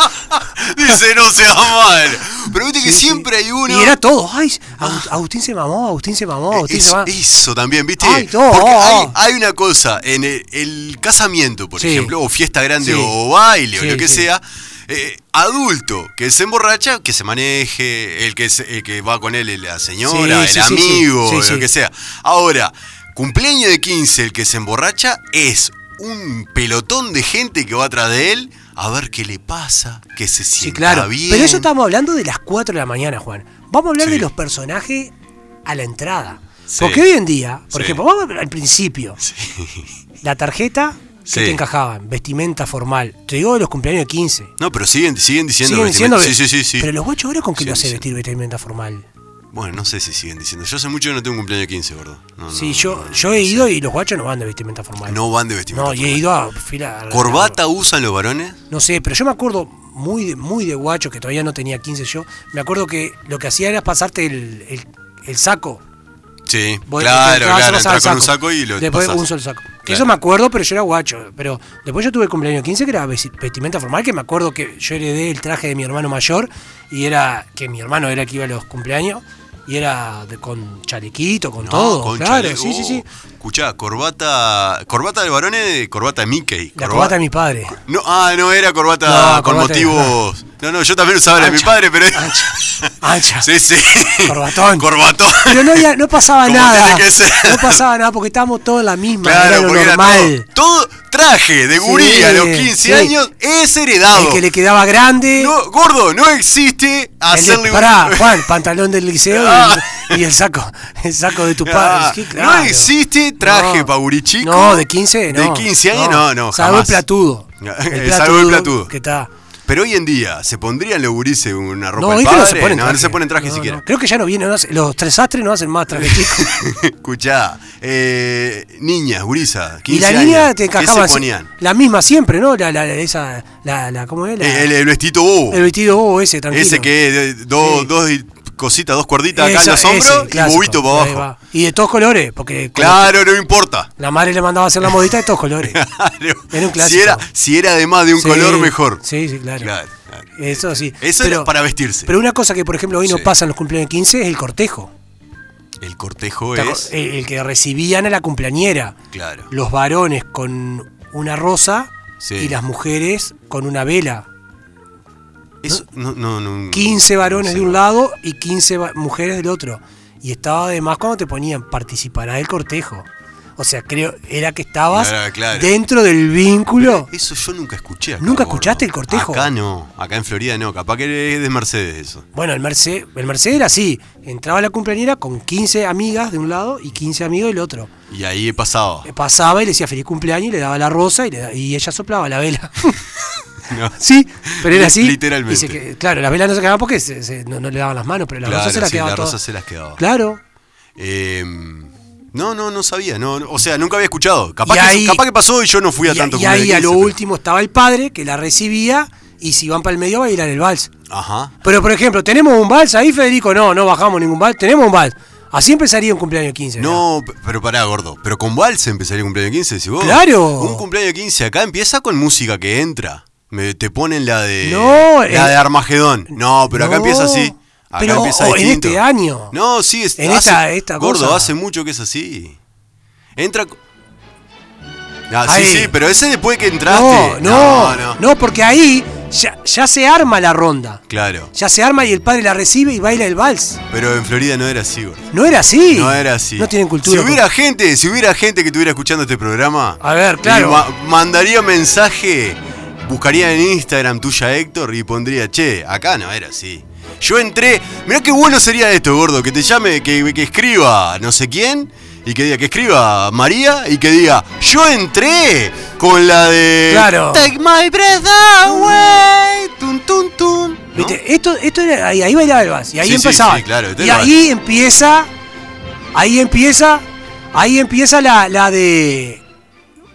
[SPEAKER 4] Dice, no sea mal. Pero viste que
[SPEAKER 5] Sí, sí.
[SPEAKER 4] siempre hay uno. Ah. E-
[SPEAKER 5] Y era todo. Ay, Agust- Agustín se mamó, Agustín se mamó, Agustín Oh, se
[SPEAKER 4] Eso,
[SPEAKER 5] mamó.
[SPEAKER 4] Eh, eso también, ¿viste?
[SPEAKER 5] Ay, no,
[SPEAKER 4] Porque hay,
[SPEAKER 5] oh, oh.
[SPEAKER 4] hay una cosa, en el, el casamiento, por
[SPEAKER 5] Sí.
[SPEAKER 4] ejemplo, o fiesta grande
[SPEAKER 5] Sí.
[SPEAKER 4] o baile o
[SPEAKER 5] Sí,
[SPEAKER 4] lo que
[SPEAKER 5] sí.
[SPEAKER 4] sea, eh, adulto que se emborracha, que se maneje, el que, se- el que va con él, la señora,
[SPEAKER 5] Sí,
[SPEAKER 4] el
[SPEAKER 5] sí, sí, sí.
[SPEAKER 4] amigo,
[SPEAKER 5] Sí,
[SPEAKER 4] lo
[SPEAKER 5] sí.
[SPEAKER 4] que sea. Ahora, cumpleaños de 15, el que se emborracha es un pelotón de gente que va atrás de él a ver qué le pasa, que se sienta
[SPEAKER 5] Sí, claro.
[SPEAKER 4] bien.
[SPEAKER 5] Pero eso estamos hablando de las 4 de la mañana, Juan. Vamos a hablar
[SPEAKER 4] Sí.
[SPEAKER 5] de los personajes a la entrada.
[SPEAKER 4] Sí.
[SPEAKER 5] Porque hoy en día, por
[SPEAKER 4] Sí.
[SPEAKER 5] ejemplo, vamos al principio. La tarjeta que
[SPEAKER 4] Sí.
[SPEAKER 5] te encajaban, vestimenta formal. Te digo de los cumpleaños de 15.
[SPEAKER 4] No, pero siguen, siguen diciendo
[SPEAKER 5] Siguen diciendo.
[SPEAKER 4] vestimenta. Sí, sí, sí, sí.
[SPEAKER 5] Pero los guachos ahora con qué
[SPEAKER 4] Sí,
[SPEAKER 5] lo hace
[SPEAKER 4] sí.
[SPEAKER 5] vestir vestimenta formal.
[SPEAKER 4] Bueno, no sé si siguen diciendo. Yo hace mucho que no tengo un cumpleaños de 15, gordo. No,
[SPEAKER 5] sí,
[SPEAKER 4] no,
[SPEAKER 5] yo,
[SPEAKER 4] no, no,
[SPEAKER 5] yo he ido y los guachos no van de vestimenta formal.
[SPEAKER 4] No van de vestimenta.
[SPEAKER 5] No, y he
[SPEAKER 4] formal.
[SPEAKER 5] ido a fila.
[SPEAKER 4] ¿Corbata usan los varones?
[SPEAKER 5] No sé, pero yo me acuerdo muy de, muy de guacho, que todavía no tenía 15 yo. Me acuerdo que lo que hacía era pasarte el, el- el saco.
[SPEAKER 4] Sí,
[SPEAKER 5] Vos
[SPEAKER 4] claro,
[SPEAKER 5] entrabas,
[SPEAKER 4] claro.
[SPEAKER 5] pasabas el
[SPEAKER 4] Entras con un saco y lo
[SPEAKER 5] Después
[SPEAKER 4] pasás.
[SPEAKER 5] un solo saco.
[SPEAKER 4] Claro.
[SPEAKER 5] Eso me acuerdo, pero yo era guacho. Pero después yo tuve el cumpleaños 15, que era vesi- vestimenta formal, que me acuerdo que yo heredé el traje de mi hermano mayor, y era que mi hermano era el que iba a los cumpleaños, y era de- con chalequito, con
[SPEAKER 4] No,
[SPEAKER 5] todo.
[SPEAKER 4] con
[SPEAKER 5] claro,
[SPEAKER 4] chale-
[SPEAKER 5] sí, sí, sí.
[SPEAKER 4] uh, Escuchá, corbata. Corbata de varones, uh, corbata de Mickey.
[SPEAKER 5] La
[SPEAKER 4] corba-
[SPEAKER 5] corbata de mi padre.
[SPEAKER 4] No, ah, no era corbata
[SPEAKER 5] No,
[SPEAKER 4] con
[SPEAKER 5] corbata de-
[SPEAKER 4] motivos. No, no, yo también usaba la de mi
[SPEAKER 5] Ancha,
[SPEAKER 4] padre, pero.
[SPEAKER 5] Ancha.
[SPEAKER 4] Sí, sí.
[SPEAKER 5] Corbatón.
[SPEAKER 4] Corbatón.
[SPEAKER 5] Pero no, había- no pasaba
[SPEAKER 4] Como
[SPEAKER 5] nada.
[SPEAKER 4] tiene que ser.
[SPEAKER 5] No pasaba nada porque estábamos todos en la misma. era
[SPEAKER 4] Claro,
[SPEAKER 5] lo
[SPEAKER 4] porque era
[SPEAKER 5] normal.
[SPEAKER 4] todo, todo traje de gurí
[SPEAKER 5] Sí,
[SPEAKER 4] a los 15
[SPEAKER 5] sí.
[SPEAKER 4] años es heredado.
[SPEAKER 5] El que le quedaba grande.
[SPEAKER 4] No, gordo, no existe
[SPEAKER 5] el-
[SPEAKER 4] hacerle un-
[SPEAKER 5] pará, Juan, pantalón del liceo y-
[SPEAKER 4] Ah.
[SPEAKER 5] y, el saco, el saco de tu
[SPEAKER 4] Ah,
[SPEAKER 5] padre. Sí,
[SPEAKER 4] No
[SPEAKER 5] claro.
[SPEAKER 4] existe traje
[SPEAKER 5] No.
[SPEAKER 4] pa' gurí chico.
[SPEAKER 5] No, de 15 no.
[SPEAKER 4] De 15 años no, no.
[SPEAKER 5] Salvo
[SPEAKER 4] jamás.
[SPEAKER 5] el platudo.
[SPEAKER 4] Salvo el platudo.
[SPEAKER 5] Que está.
[SPEAKER 4] Pero hoy en día, ¿se pondrían los gurises una ropa
[SPEAKER 5] No,
[SPEAKER 4] del
[SPEAKER 5] viste, no se
[SPEAKER 4] padre?
[SPEAKER 5] ponen
[SPEAKER 4] no,
[SPEAKER 5] traje.
[SPEAKER 4] no se ponen traje
[SPEAKER 5] No,
[SPEAKER 4] siquiera.
[SPEAKER 5] no. Creo que ya no vienen. no hace- los trasastres no hacen más traje, chicos.
[SPEAKER 4] Escuchá, eh, niñas, gurisas, 15
[SPEAKER 5] Y la
[SPEAKER 4] años,
[SPEAKER 5] niña te encajaba
[SPEAKER 4] ¿Qué se
[SPEAKER 5] así,
[SPEAKER 4] ponían?
[SPEAKER 5] La misma siempre, ¿no? La, la, la- esa, la, la, ¿cómo es? La-
[SPEAKER 4] Eh, el, el vestito bobo.
[SPEAKER 5] el vestido bobo ese, tranquilo.
[SPEAKER 4] ese que es de- dos,
[SPEAKER 5] Sí.
[SPEAKER 4] dos y- cositas, dos cuerditas acá en
[SPEAKER 5] Esa-
[SPEAKER 4] los
[SPEAKER 5] ese,
[SPEAKER 4] hombros y
[SPEAKER 5] clásico.
[SPEAKER 4] bobito para
[SPEAKER 5] Ahí
[SPEAKER 4] abajo.
[SPEAKER 5] va. Y de todos colores, porque como
[SPEAKER 4] Claro, no importa.
[SPEAKER 5] la madre le mandaba a hacer la modita de todos colores.
[SPEAKER 4] Claro.
[SPEAKER 5] Era un
[SPEAKER 4] si,
[SPEAKER 5] clásico.
[SPEAKER 4] era, si era de más de un
[SPEAKER 5] Sí,
[SPEAKER 4] color, mejor.
[SPEAKER 5] Sí, sí, claro.
[SPEAKER 4] Claro, claro.
[SPEAKER 5] Eso sí.
[SPEAKER 4] Eso era para vestirse.
[SPEAKER 5] Pero una cosa que, por ejemplo, hoy no
[SPEAKER 4] Sí.
[SPEAKER 5] pasa en los cumpleaños de 15 es el cortejo.
[SPEAKER 4] El cortejo
[SPEAKER 5] ¿Te aco-
[SPEAKER 4] es.
[SPEAKER 5] El, el que recibían a la cumpleañera.
[SPEAKER 4] Claro.
[SPEAKER 5] Los varones con una rosa
[SPEAKER 4] Sí.
[SPEAKER 5] y las mujeres con una vela.
[SPEAKER 4] Eso- no, no, no,
[SPEAKER 5] 15
[SPEAKER 4] no
[SPEAKER 5] varones
[SPEAKER 4] sé.
[SPEAKER 5] de un lado y 15 va- mujeres del otro. Y estaba además cuando te ponían participará del cortejo. O sea, creo era que estabas
[SPEAKER 4] Claro, claro.
[SPEAKER 5] dentro del vínculo.
[SPEAKER 4] Eso yo nunca escuché. acá,
[SPEAKER 5] ¿Nunca
[SPEAKER 4] gordo.
[SPEAKER 5] escuchaste el cortejo?
[SPEAKER 4] Acá no. Acá en Florida no. Capaz que es de Mercedes eso.
[SPEAKER 5] Bueno, el Mercedes, el Mercedes era así. Entraba la cumpleañera con 15 amigas de un lado y 15 amigos del otro.
[SPEAKER 4] Y ahí he pasado.
[SPEAKER 5] Eh, Pasaba y le decía feliz cumpleaños y le daba la rosa y, le da- y ella soplaba la vela.
[SPEAKER 4] No.
[SPEAKER 5] sí, pero era así.
[SPEAKER 4] Literalmente.
[SPEAKER 5] Y se que- claro, las velas no se quedaban porque se- se- no, no le daban las manos, pero las
[SPEAKER 4] Claro,
[SPEAKER 5] rosas se las
[SPEAKER 4] sí,
[SPEAKER 5] quedaban
[SPEAKER 4] la
[SPEAKER 5] todas.
[SPEAKER 4] rosa se las quedaba.
[SPEAKER 5] Claro,
[SPEAKER 4] Eh, no, no, no sabía. No, no, o sea, nunca había escuchado. Capaz,
[SPEAKER 5] Y
[SPEAKER 4] que,
[SPEAKER 5] ahí-
[SPEAKER 4] capaz que pasó y yo no fui a
[SPEAKER 5] y,
[SPEAKER 4] tanto
[SPEAKER 5] y ahí
[SPEAKER 4] cumpleaños,
[SPEAKER 5] a lo
[SPEAKER 4] pero-
[SPEAKER 5] último estaba el padre que la recibía y si van para el medio va a bailar el vals.
[SPEAKER 4] Ajá.
[SPEAKER 5] Pero por ejemplo, ¿tenemos un vals ahí, Federico? No, no bajamos ningún vals, tenemos un vals. Así empezaría un cumpleaños 15. ¿verdad?
[SPEAKER 4] No, p- pero pará, gordo. Pero con vals empezaría el cumpleaños 15, si vos.
[SPEAKER 5] ¡Claro!
[SPEAKER 4] Un cumpleaños 15 acá empieza con música que entra. Me- te ponen la de.
[SPEAKER 5] No,
[SPEAKER 4] La
[SPEAKER 5] eh,
[SPEAKER 4] de Armagedón. No, pero acá
[SPEAKER 5] no.
[SPEAKER 4] empieza así. Acá
[SPEAKER 5] Pero,
[SPEAKER 4] empieza
[SPEAKER 5] o en
[SPEAKER 4] distinto.
[SPEAKER 5] este año.
[SPEAKER 4] No, sí, es,
[SPEAKER 5] En
[SPEAKER 4] hace-
[SPEAKER 5] esta- esta
[SPEAKER 4] Gordo,
[SPEAKER 5] cosa.
[SPEAKER 4] hace mucho que es así. Entra. co- Ah, sí,
[SPEAKER 5] Ahí.
[SPEAKER 4] sí, pero ese después que
[SPEAKER 5] No,
[SPEAKER 4] entraste.
[SPEAKER 5] no,
[SPEAKER 4] no.
[SPEAKER 5] no, porque ahí ya, ya se arma la ronda.
[SPEAKER 4] Claro.
[SPEAKER 5] Ya se arma y el padre la recibe y baila el vals.
[SPEAKER 4] Pero en Florida no era así, gordo.
[SPEAKER 5] No era así.
[SPEAKER 4] No era así.
[SPEAKER 5] No tienen cultura.
[SPEAKER 4] Si hubiera gente, si hubiera gente que estuviera escuchando este programa,
[SPEAKER 5] A ver, claro.
[SPEAKER 4] y ma- mandaría mensaje, buscaría en Instagram tuya Héctor y pondría, che, acá no era así. Yo entré, mirá qué bueno sería esto, gordo, que te llame, que, que escriba no sé quién y que diga, que escriba María y que diga, yo entré con la de
[SPEAKER 5] Claro.
[SPEAKER 4] Take my breath away, tum tum tum. ¿No?
[SPEAKER 5] ¿Viste? Esto, esto era, ahí, ahí bailaba el vals. Y ahí
[SPEAKER 4] Sí, sí,
[SPEAKER 5] empezaba.
[SPEAKER 4] sí, claro, este
[SPEAKER 5] y
[SPEAKER 4] era el
[SPEAKER 5] ahí empieza. Ahí empieza. Ahí empieza la, la de.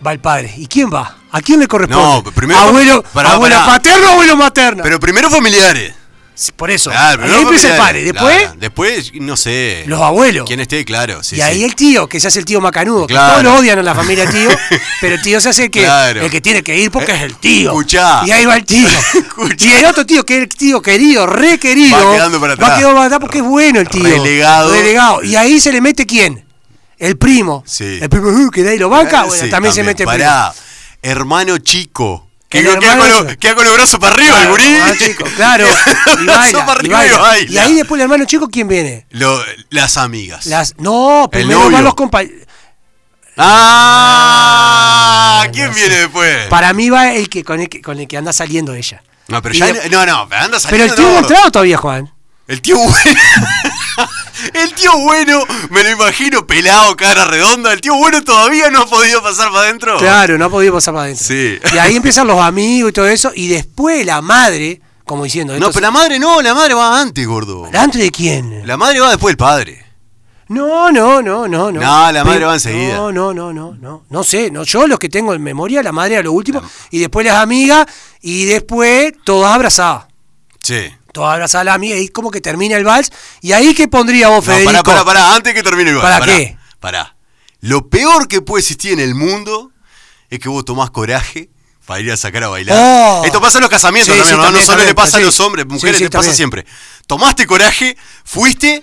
[SPEAKER 5] Va el padre. ¿Y quién va? ¿A quién le corresponde?
[SPEAKER 4] No, primero-
[SPEAKER 5] Abuelo,
[SPEAKER 4] pará,
[SPEAKER 5] abuelo
[SPEAKER 4] pará.
[SPEAKER 5] paterno o abuelo materno.
[SPEAKER 4] Pero primero familiares.
[SPEAKER 5] Sí, Por eso.
[SPEAKER 4] Claro,
[SPEAKER 5] ahí
[SPEAKER 4] pero no
[SPEAKER 5] empieza el padre.
[SPEAKER 4] familiares.
[SPEAKER 5] Después,
[SPEAKER 4] Claro, después, no sé.
[SPEAKER 5] los abuelos.
[SPEAKER 4] Quien esté, claro. sí,
[SPEAKER 5] y ahí
[SPEAKER 4] sí.
[SPEAKER 5] el tío, que se hace el tío macanudo,
[SPEAKER 4] Claro.
[SPEAKER 5] que todos lo odian a la familia del tío, pero el tío se hace el que,
[SPEAKER 4] Claro.
[SPEAKER 5] el que tiene que ir porque
[SPEAKER 4] Eh,
[SPEAKER 5] es el tío.
[SPEAKER 4] escuchá.
[SPEAKER 5] Y ahí va el tío.
[SPEAKER 4] Escuchá.
[SPEAKER 5] y el otro tío, que es el tío querido, requerido,
[SPEAKER 4] Va quedando para atrás.
[SPEAKER 5] Va quedando para atrás porque es bueno el tío.
[SPEAKER 4] Relegado.
[SPEAKER 5] Relegado. Y ahí se le mete quién? El primo.
[SPEAKER 4] Sí.
[SPEAKER 5] El primo uh, que de ahí lo banca,
[SPEAKER 4] Eh,
[SPEAKER 5] bueno,
[SPEAKER 4] sí,
[SPEAKER 5] también, se mete el primo.
[SPEAKER 4] Pará, hermano chico. Que
[SPEAKER 5] El
[SPEAKER 4] queda,
[SPEAKER 5] hermano
[SPEAKER 4] con los,
[SPEAKER 5] chico.
[SPEAKER 4] queda con los brazos para arriba, el
[SPEAKER 5] Claro,
[SPEAKER 4] gurí.
[SPEAKER 5] ah, chico, claro.
[SPEAKER 4] Brazos
[SPEAKER 5] Y baila,
[SPEAKER 4] para
[SPEAKER 5] y
[SPEAKER 4] arriba y
[SPEAKER 5] baila.
[SPEAKER 4] baila.
[SPEAKER 5] Y ahí después el hermano chico, ¿quién viene?
[SPEAKER 4] Lo- las amigas.
[SPEAKER 5] Las, no, primero
[SPEAKER 4] novio.
[SPEAKER 5] van los compañeros.
[SPEAKER 4] ¡Ah!
[SPEAKER 5] Ah,
[SPEAKER 4] ¿Quién
[SPEAKER 5] no
[SPEAKER 4] viene
[SPEAKER 5] sé.
[SPEAKER 4] después?
[SPEAKER 5] Para mí va el que con el que, con el que anda saliendo ella.
[SPEAKER 4] No, pero
[SPEAKER 5] Y
[SPEAKER 4] ya.
[SPEAKER 5] de-
[SPEAKER 4] no, no, pero anda
[SPEAKER 5] Pero
[SPEAKER 4] saliendo.
[SPEAKER 5] el tío no ha
[SPEAKER 4] no.
[SPEAKER 5] entrado todavía, Juan.
[SPEAKER 4] El tío bueno. el tío bueno, me lo imagino pelado, cara redonda. El tío bueno todavía no ha podido pasar para adentro.
[SPEAKER 5] Claro, no ha podido pasar para adentro.
[SPEAKER 4] Oh. Sí.
[SPEAKER 5] Y ahí empiezan los amigos y todo eso. Y después la madre, como diciendo.
[SPEAKER 4] No,
[SPEAKER 5] esto
[SPEAKER 4] pero la madre no, la madre va antes, gordo.
[SPEAKER 5] es- ¿Antes de quién?
[SPEAKER 4] La madre va después del padre.
[SPEAKER 5] No, no, no, no, no.
[SPEAKER 4] No, la madre
[SPEAKER 5] Pero-
[SPEAKER 4] va enseguida.
[SPEAKER 5] No, no, no, no, no. No sé, no. Yo los que tengo en memoria, la madre a lo último. Y después las amigas. Y después todas abrazadas.
[SPEAKER 4] Sí.
[SPEAKER 5] Todas abrazadas las amigas. Y como que termina el vals. Y ahí que pondría vos,
[SPEAKER 4] No,
[SPEAKER 5] Federico.
[SPEAKER 4] pará, pará, pará, antes que termine el gol.
[SPEAKER 5] ¿Para qué?
[SPEAKER 4] Pará. Lo peor que puede existir en el mundo es que vos tomás coraje para ir a sacar a bailar.
[SPEAKER 5] Oh.
[SPEAKER 4] Esto pasa en los casamientos
[SPEAKER 5] Sí,
[SPEAKER 4] también,
[SPEAKER 5] sí,
[SPEAKER 4] ¿no? no
[SPEAKER 5] también,
[SPEAKER 4] solo
[SPEAKER 5] también,
[SPEAKER 4] le pasa a
[SPEAKER 5] sí.
[SPEAKER 4] los hombres, mujeres
[SPEAKER 5] Sí, sí,
[SPEAKER 4] te pasa
[SPEAKER 5] también.
[SPEAKER 4] siempre. Tomaste coraje, fuiste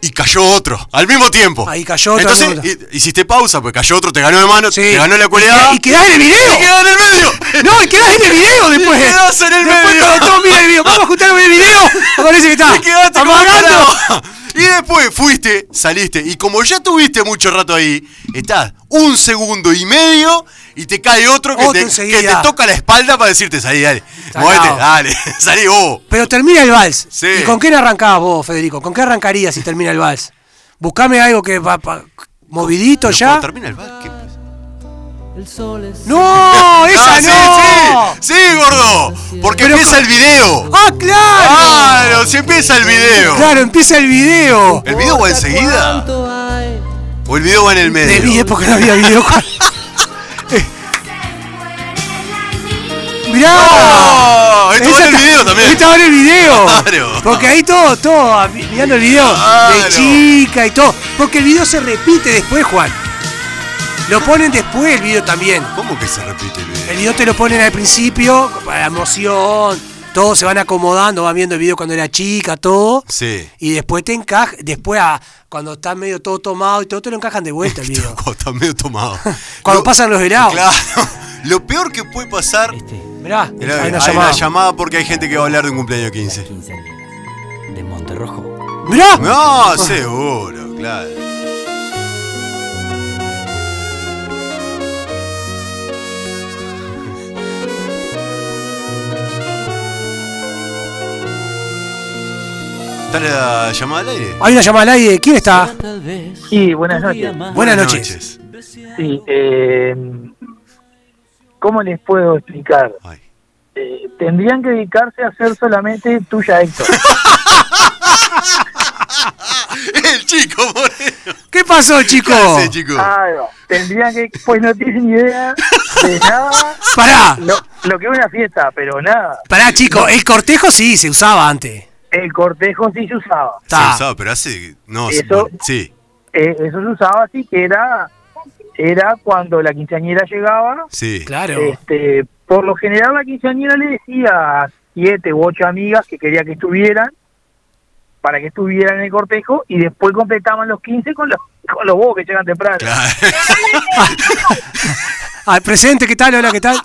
[SPEAKER 4] y cayó otro al mismo tiempo.
[SPEAKER 5] Ahí cayó otro,
[SPEAKER 4] Entonces
[SPEAKER 5] al mismo tiempo.
[SPEAKER 4] hi- hiciste pausa, pues cayó otro, te ganó de mano,
[SPEAKER 5] Sí.
[SPEAKER 4] te ganó la cualidad.
[SPEAKER 5] Y, que- y quedás en el video.
[SPEAKER 4] Y quedás en el medio.
[SPEAKER 5] No, y quedás en el video después.
[SPEAKER 4] Y quedás en el
[SPEAKER 5] después
[SPEAKER 4] medio.
[SPEAKER 5] cuando todos miran el video. Vamos a juntarnos en el video. Aparece que está.
[SPEAKER 4] Y quedaste como
[SPEAKER 5] amagando.
[SPEAKER 4] tarado. Y después fuiste, saliste. Y como ya tuviste mucho rato ahí, estás un segundo y medio y te cae otro que,
[SPEAKER 5] Otro
[SPEAKER 4] te,
[SPEAKER 5] enseguida.
[SPEAKER 4] que te toca la espalda para decirte, salí, dale.
[SPEAKER 5] Sacao.
[SPEAKER 4] Muévete, dale, salí vos.
[SPEAKER 5] Pero termina el vals.
[SPEAKER 4] Sí.
[SPEAKER 5] ¿Y con qué arrancabas vos, Federico? ¿Con qué arrancarías si termina el vals? Buscame algo que va pa- movidito
[SPEAKER 4] Pero
[SPEAKER 5] ya.
[SPEAKER 4] cuando termina el ba- ¿qué pasa?
[SPEAKER 5] ¡No! ¡Esa
[SPEAKER 4] Ah,
[SPEAKER 5] no!
[SPEAKER 4] sí, sí, sí, gordo. Porque
[SPEAKER 5] Pero
[SPEAKER 4] empieza el video.
[SPEAKER 5] ¡Ah, claro!
[SPEAKER 4] Claro, si empieza el video.
[SPEAKER 5] Claro, empieza el video.
[SPEAKER 4] ¿El video va enseguida? ¿O el video va en el
[SPEAKER 5] De mi
[SPEAKER 4] medio?
[SPEAKER 5] época no había video. Eh. ¡Mirá!
[SPEAKER 4] ¡Ah! Esto va
[SPEAKER 5] Esa
[SPEAKER 4] en el
[SPEAKER 5] ta-
[SPEAKER 4] video también.
[SPEAKER 5] Estaba en el video.
[SPEAKER 4] Claro.
[SPEAKER 5] Porque ahí todo, todo, a- mirando el video de
[SPEAKER 4] Claro.
[SPEAKER 5] chica y todo. Porque el video se repite después, Juan. Lo ponen después el video también.
[SPEAKER 4] ¿Cómo que se repite el video?
[SPEAKER 5] El video te lo ponen al principio, para la emoción. Todos se van acomodando, van viendo el video cuando era chica, todo.
[SPEAKER 4] Sí.
[SPEAKER 5] Y después te encaja, después a- cuando está medio todo tomado y todo, te lo encajan de vuelta el video.
[SPEAKER 4] Cuando está medio tomado.
[SPEAKER 5] Cuando
[SPEAKER 4] Lo-
[SPEAKER 5] pasan los helados.
[SPEAKER 4] Claro. Lo peor que puede pasar.
[SPEAKER 5] Mirá,
[SPEAKER 4] Mirá,
[SPEAKER 5] Este, hay una llamada.
[SPEAKER 4] porque hay gente que va a hablar de un cumpleaños 15.
[SPEAKER 6] de Monterrojo.
[SPEAKER 5] Mirá.
[SPEAKER 4] No, seguro, claro. ¿Está la llamada al aire?
[SPEAKER 5] Hay una llamada al aire. ¿Quién está?
[SPEAKER 7] Sí, buenas noches.
[SPEAKER 5] Buenas noches.
[SPEAKER 7] Sí, eh, ¿Cómo les puedo explicar?
[SPEAKER 4] Ay.
[SPEAKER 7] Eh, tendrían que dedicarse a hacer solamente tuya, Héctor.
[SPEAKER 4] El chico, Moreno.
[SPEAKER 5] ¿Qué pasó, chico?
[SPEAKER 4] Sí, chico.
[SPEAKER 5] Ah,
[SPEAKER 7] Ahí va. Tendrían que, pues no tienen idea de nada.
[SPEAKER 5] Pará,
[SPEAKER 7] Lo, lo que es una fiesta, pero nada.
[SPEAKER 5] pará, chico. El cortejo sí se usaba antes.
[SPEAKER 7] El cortejo sí se usaba.
[SPEAKER 4] Se
[SPEAKER 5] Ta.
[SPEAKER 4] usaba, pero hace. No, se-
[SPEAKER 7] Eso-
[SPEAKER 4] sí,
[SPEAKER 7] Eh, eso se usaba así que era, era cuando la quinceañera llegaba.
[SPEAKER 4] sí.
[SPEAKER 5] Claro.
[SPEAKER 7] Este, por lo general la quinceañera le decía a siete u ocho amigas que quería que estuvieran para que estuvieran en el cortejo y después completaban los 15 con los con los bobos que llegan temprano.
[SPEAKER 4] Claro.
[SPEAKER 5] Al Ah, presente, ¿qué tal? Hola, ¿qué tal?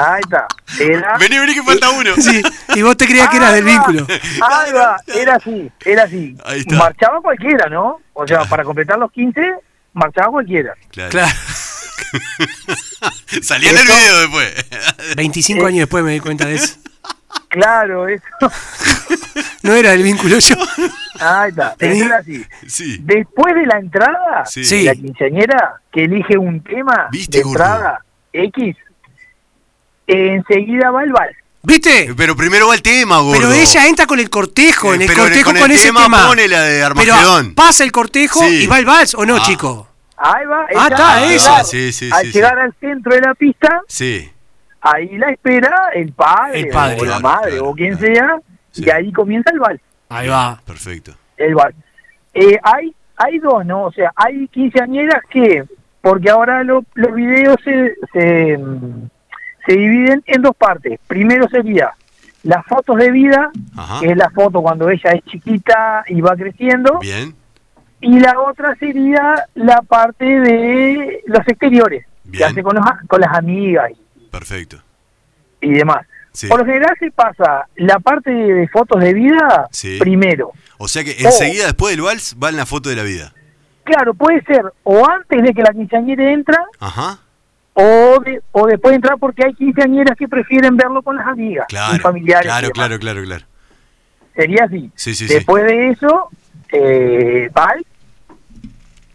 [SPEAKER 7] Ahí está. Era,
[SPEAKER 4] Vení, vení que falta uno.
[SPEAKER 5] Sí. Y vos te creías que eras
[SPEAKER 4] Ah,
[SPEAKER 5] del
[SPEAKER 7] Ahí va.
[SPEAKER 5] vínculo.
[SPEAKER 7] Ahí va. Era así, era así.
[SPEAKER 4] Ahí está.
[SPEAKER 7] Marchaba cualquiera, ¿no? O sea, para completar los 15 marchaba cualquiera.
[SPEAKER 4] Claro.
[SPEAKER 5] Claro.
[SPEAKER 4] Salía en el
[SPEAKER 7] Eso-
[SPEAKER 4] video después. Eh.
[SPEAKER 5] 25 años después me di cuenta de eso.
[SPEAKER 7] Claro, eso.
[SPEAKER 5] No era del vínculo yo.
[SPEAKER 7] Ahí está. Eso era así.
[SPEAKER 4] Sí.
[SPEAKER 7] Después de la entrada,
[SPEAKER 4] Sí.
[SPEAKER 5] Sí.
[SPEAKER 7] la quinceañera que elige un tema
[SPEAKER 4] Viste,
[SPEAKER 7] de
[SPEAKER 4] gordo.
[SPEAKER 7] entrada X, enseguida va el vals.
[SPEAKER 5] ¿Viste?
[SPEAKER 4] Pero primero va el tema, gordo.
[SPEAKER 5] Eh, Pero ella entra con el cortejo,
[SPEAKER 4] Eh,
[SPEAKER 5] en el
[SPEAKER 4] pero
[SPEAKER 5] cortejo con,
[SPEAKER 4] el
[SPEAKER 5] ese tema.
[SPEAKER 4] pone la de
[SPEAKER 5] Pero
[SPEAKER 4] Armagedón.
[SPEAKER 5] pasa el cortejo
[SPEAKER 4] Sí.
[SPEAKER 5] y va el vals, ¿o no,
[SPEAKER 4] Ah.
[SPEAKER 5] chico?
[SPEAKER 7] Ahí va.
[SPEAKER 5] Ah, está,
[SPEAKER 7] al
[SPEAKER 5] esa.
[SPEAKER 7] llegar-
[SPEAKER 4] Sí, sí,
[SPEAKER 7] al
[SPEAKER 4] sí,
[SPEAKER 7] llegar al centro de la pista,
[SPEAKER 4] Sí.
[SPEAKER 7] ahí la espera el padre,
[SPEAKER 5] El padre,
[SPEAKER 7] o la
[SPEAKER 4] claro,
[SPEAKER 7] madre
[SPEAKER 4] claro,
[SPEAKER 7] o quien
[SPEAKER 4] claro. Sí.
[SPEAKER 7] sea, y ahí comienza el vals.
[SPEAKER 5] Ahí va.
[SPEAKER 4] Perfecto.
[SPEAKER 7] El vals. Eh, hay, hay dos, ¿no? O sea, hay quinceañeras que, porque ahora lo- los videos se, se, mm, se dividen en dos partes. Primero sería las fotos de vida
[SPEAKER 4] Ajá.
[SPEAKER 7] que es la foto cuando ella es chiquita y va creciendo,
[SPEAKER 4] Bien.
[SPEAKER 7] y la otra sería la parte de los exteriores, que
[SPEAKER 4] Bien.
[SPEAKER 7] hace con, los a- con las amigas y,
[SPEAKER 4] Perfecto.
[SPEAKER 7] y demás.
[SPEAKER 4] Sí.
[SPEAKER 7] Por lo general se pasa la parte de, de fotos de vida
[SPEAKER 4] Sí.
[SPEAKER 7] primero.
[SPEAKER 4] O sea que enseguida después del vals va en la foto de la vida.
[SPEAKER 7] Claro, puede ser o antes de que la quinceañera entra
[SPEAKER 4] Ajá.
[SPEAKER 7] o, de- o después de entrar porque hay quinceañeras que prefieren verlo con las amigas y
[SPEAKER 4] Claro.
[SPEAKER 7] familiares. y
[SPEAKER 4] Claro,
[SPEAKER 7] demás.
[SPEAKER 4] claro, claro, claro.
[SPEAKER 7] Sería así.
[SPEAKER 4] Sí, sí, sí.
[SPEAKER 7] después de eso, eh, vals.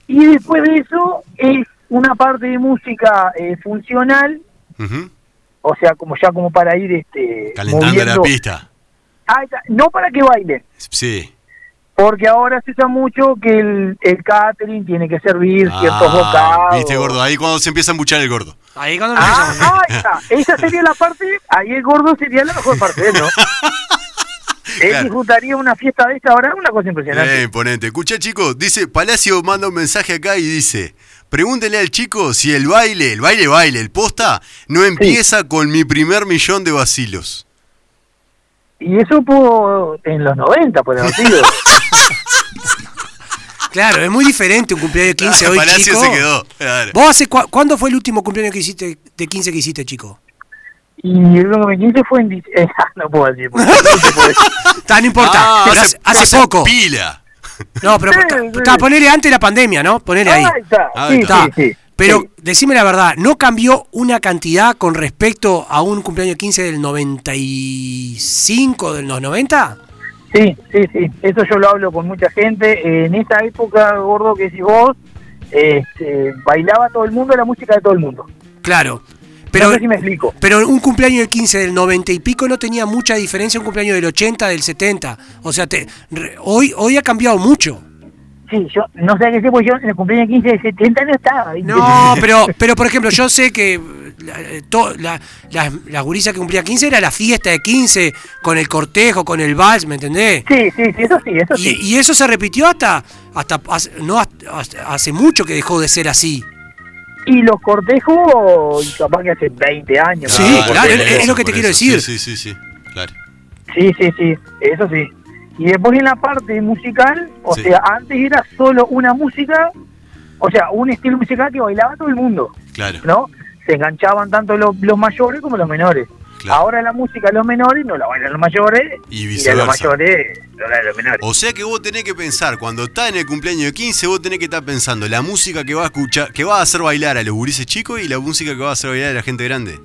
[SPEAKER 7] Y después de eso es una parte de música eh, funcional,
[SPEAKER 4] Ujú.
[SPEAKER 7] o sea, como ya como para ir este,
[SPEAKER 4] Calentando la
[SPEAKER 7] moviendo-
[SPEAKER 4] pista.
[SPEAKER 7] Ah, está. no para que bailen,
[SPEAKER 4] Sí.
[SPEAKER 7] porque ahora se usa mucho que el, el catering tiene que servir ciertos
[SPEAKER 4] Ah,
[SPEAKER 7] bocados.
[SPEAKER 4] Viste, gordo. Ahí cuando se empieza a embuchar el gordo.
[SPEAKER 5] Ahí cuando
[SPEAKER 7] Ah, ah, ahí está. Esa sería la parte, ahí el gordo sería la mejor parte, de él, ¿no? Él
[SPEAKER 4] Claro.
[SPEAKER 7] disfrutaría una fiesta de esta hora, una cosa impresionante.
[SPEAKER 4] Eh, imponente. Escucha, chico, dice, Palacio manda un mensaje acá y dice, pregúntele al chico si el baile, el baile, baile, el posta, no empieza con mi primer millón de vacilos.
[SPEAKER 7] Y eso pudo en los 90, por haber sido.
[SPEAKER 5] Claro, es muy diferente un cumpleaños de 15
[SPEAKER 4] Ah,
[SPEAKER 5] hoy,
[SPEAKER 4] Palacio
[SPEAKER 5] chico.
[SPEAKER 4] se quedó. claro.
[SPEAKER 5] ¿Vos hace cua- cuándo fue el último cumpleaños que hiciste de 15 que hiciste, chico?
[SPEAKER 7] Y el que me quise fue en... dic- eh, no puedo decir. porque no se puede.
[SPEAKER 5] Tan no importa,
[SPEAKER 4] Ah,
[SPEAKER 5] pero hace, hace poco.
[SPEAKER 4] Pila.
[SPEAKER 5] No, pero
[SPEAKER 7] Sí,
[SPEAKER 5] ta-
[SPEAKER 7] sí.
[SPEAKER 5] ta, ponele antes de la pandemia, ¿no? Ponele ahí.
[SPEAKER 7] Ahí está.
[SPEAKER 4] Ahí
[SPEAKER 7] Sí,
[SPEAKER 5] Ta,
[SPEAKER 7] sí, sí.
[SPEAKER 5] Pero
[SPEAKER 7] Sí.
[SPEAKER 5] decime la verdad, ¿no cambió una cantidad con respecto a un cumpleaños de 15 del 95, de los 90?
[SPEAKER 7] Sí, sí, sí. Eso yo lo hablo con mucha gente. Eh, En esa época, gordo, que si vos, este, bailaba todo el mundo la música de todo el mundo.
[SPEAKER 5] Claro. Pero,
[SPEAKER 7] no sé si me explico.
[SPEAKER 5] pero un cumpleaños del 15 del 90 y pico no tenía mucha diferencia a un cumpleaños del 80, del 70. O sea, te- re- hoy, hoy ha cambiado mucho.
[SPEAKER 7] Sí, yo no sé qué sé, porque yo en el cumpleaños de 15 de 70 no estaba. ¿viste?
[SPEAKER 5] No, pero, pero por ejemplo, yo sé que eh, la, eh, to- la- las, las gurisas que cumplía 15 era la fiesta de 15, con el cortejo, con el vals, ¿me entendés?
[SPEAKER 7] Sí, sí, sí, eso sí, eso
[SPEAKER 5] Y,
[SPEAKER 7] sí.
[SPEAKER 5] y eso se repitió hasta, hasta, hace- no, hasta- hasta- hace mucho que dejó de ser así.
[SPEAKER 7] Y los cortejos, y capaz que hace 20 años.
[SPEAKER 5] Sí,
[SPEAKER 7] capaz.
[SPEAKER 5] claro, eh, es- es lo que te
[SPEAKER 4] por
[SPEAKER 5] quiero
[SPEAKER 4] eso.
[SPEAKER 5] decir.
[SPEAKER 4] Sí, sí, sí, sí, claro.
[SPEAKER 7] Sí, sí, sí, eso sí. Y después en la parte musical, o
[SPEAKER 4] Sí.
[SPEAKER 7] sea, antes era solo una música, o sea, un estilo musical que bailaba todo el mundo,
[SPEAKER 4] Claro.
[SPEAKER 7] ¿no? Se enganchaban tanto los, los mayores como los menores.
[SPEAKER 4] Claro.
[SPEAKER 7] Ahora la música de los menores no la bailan los mayores
[SPEAKER 4] Y
[SPEAKER 7] la de
[SPEAKER 4] viceversa.
[SPEAKER 7] los mayores no la de los menores.
[SPEAKER 4] O sea que vos tenés que pensar, cuando estás en el cumpleaños de 15, vos tenés que estar pensando la música que va a escuchar, que va a hacer bailar a los gurises chicos y la música que va a hacer bailar a la gente grande.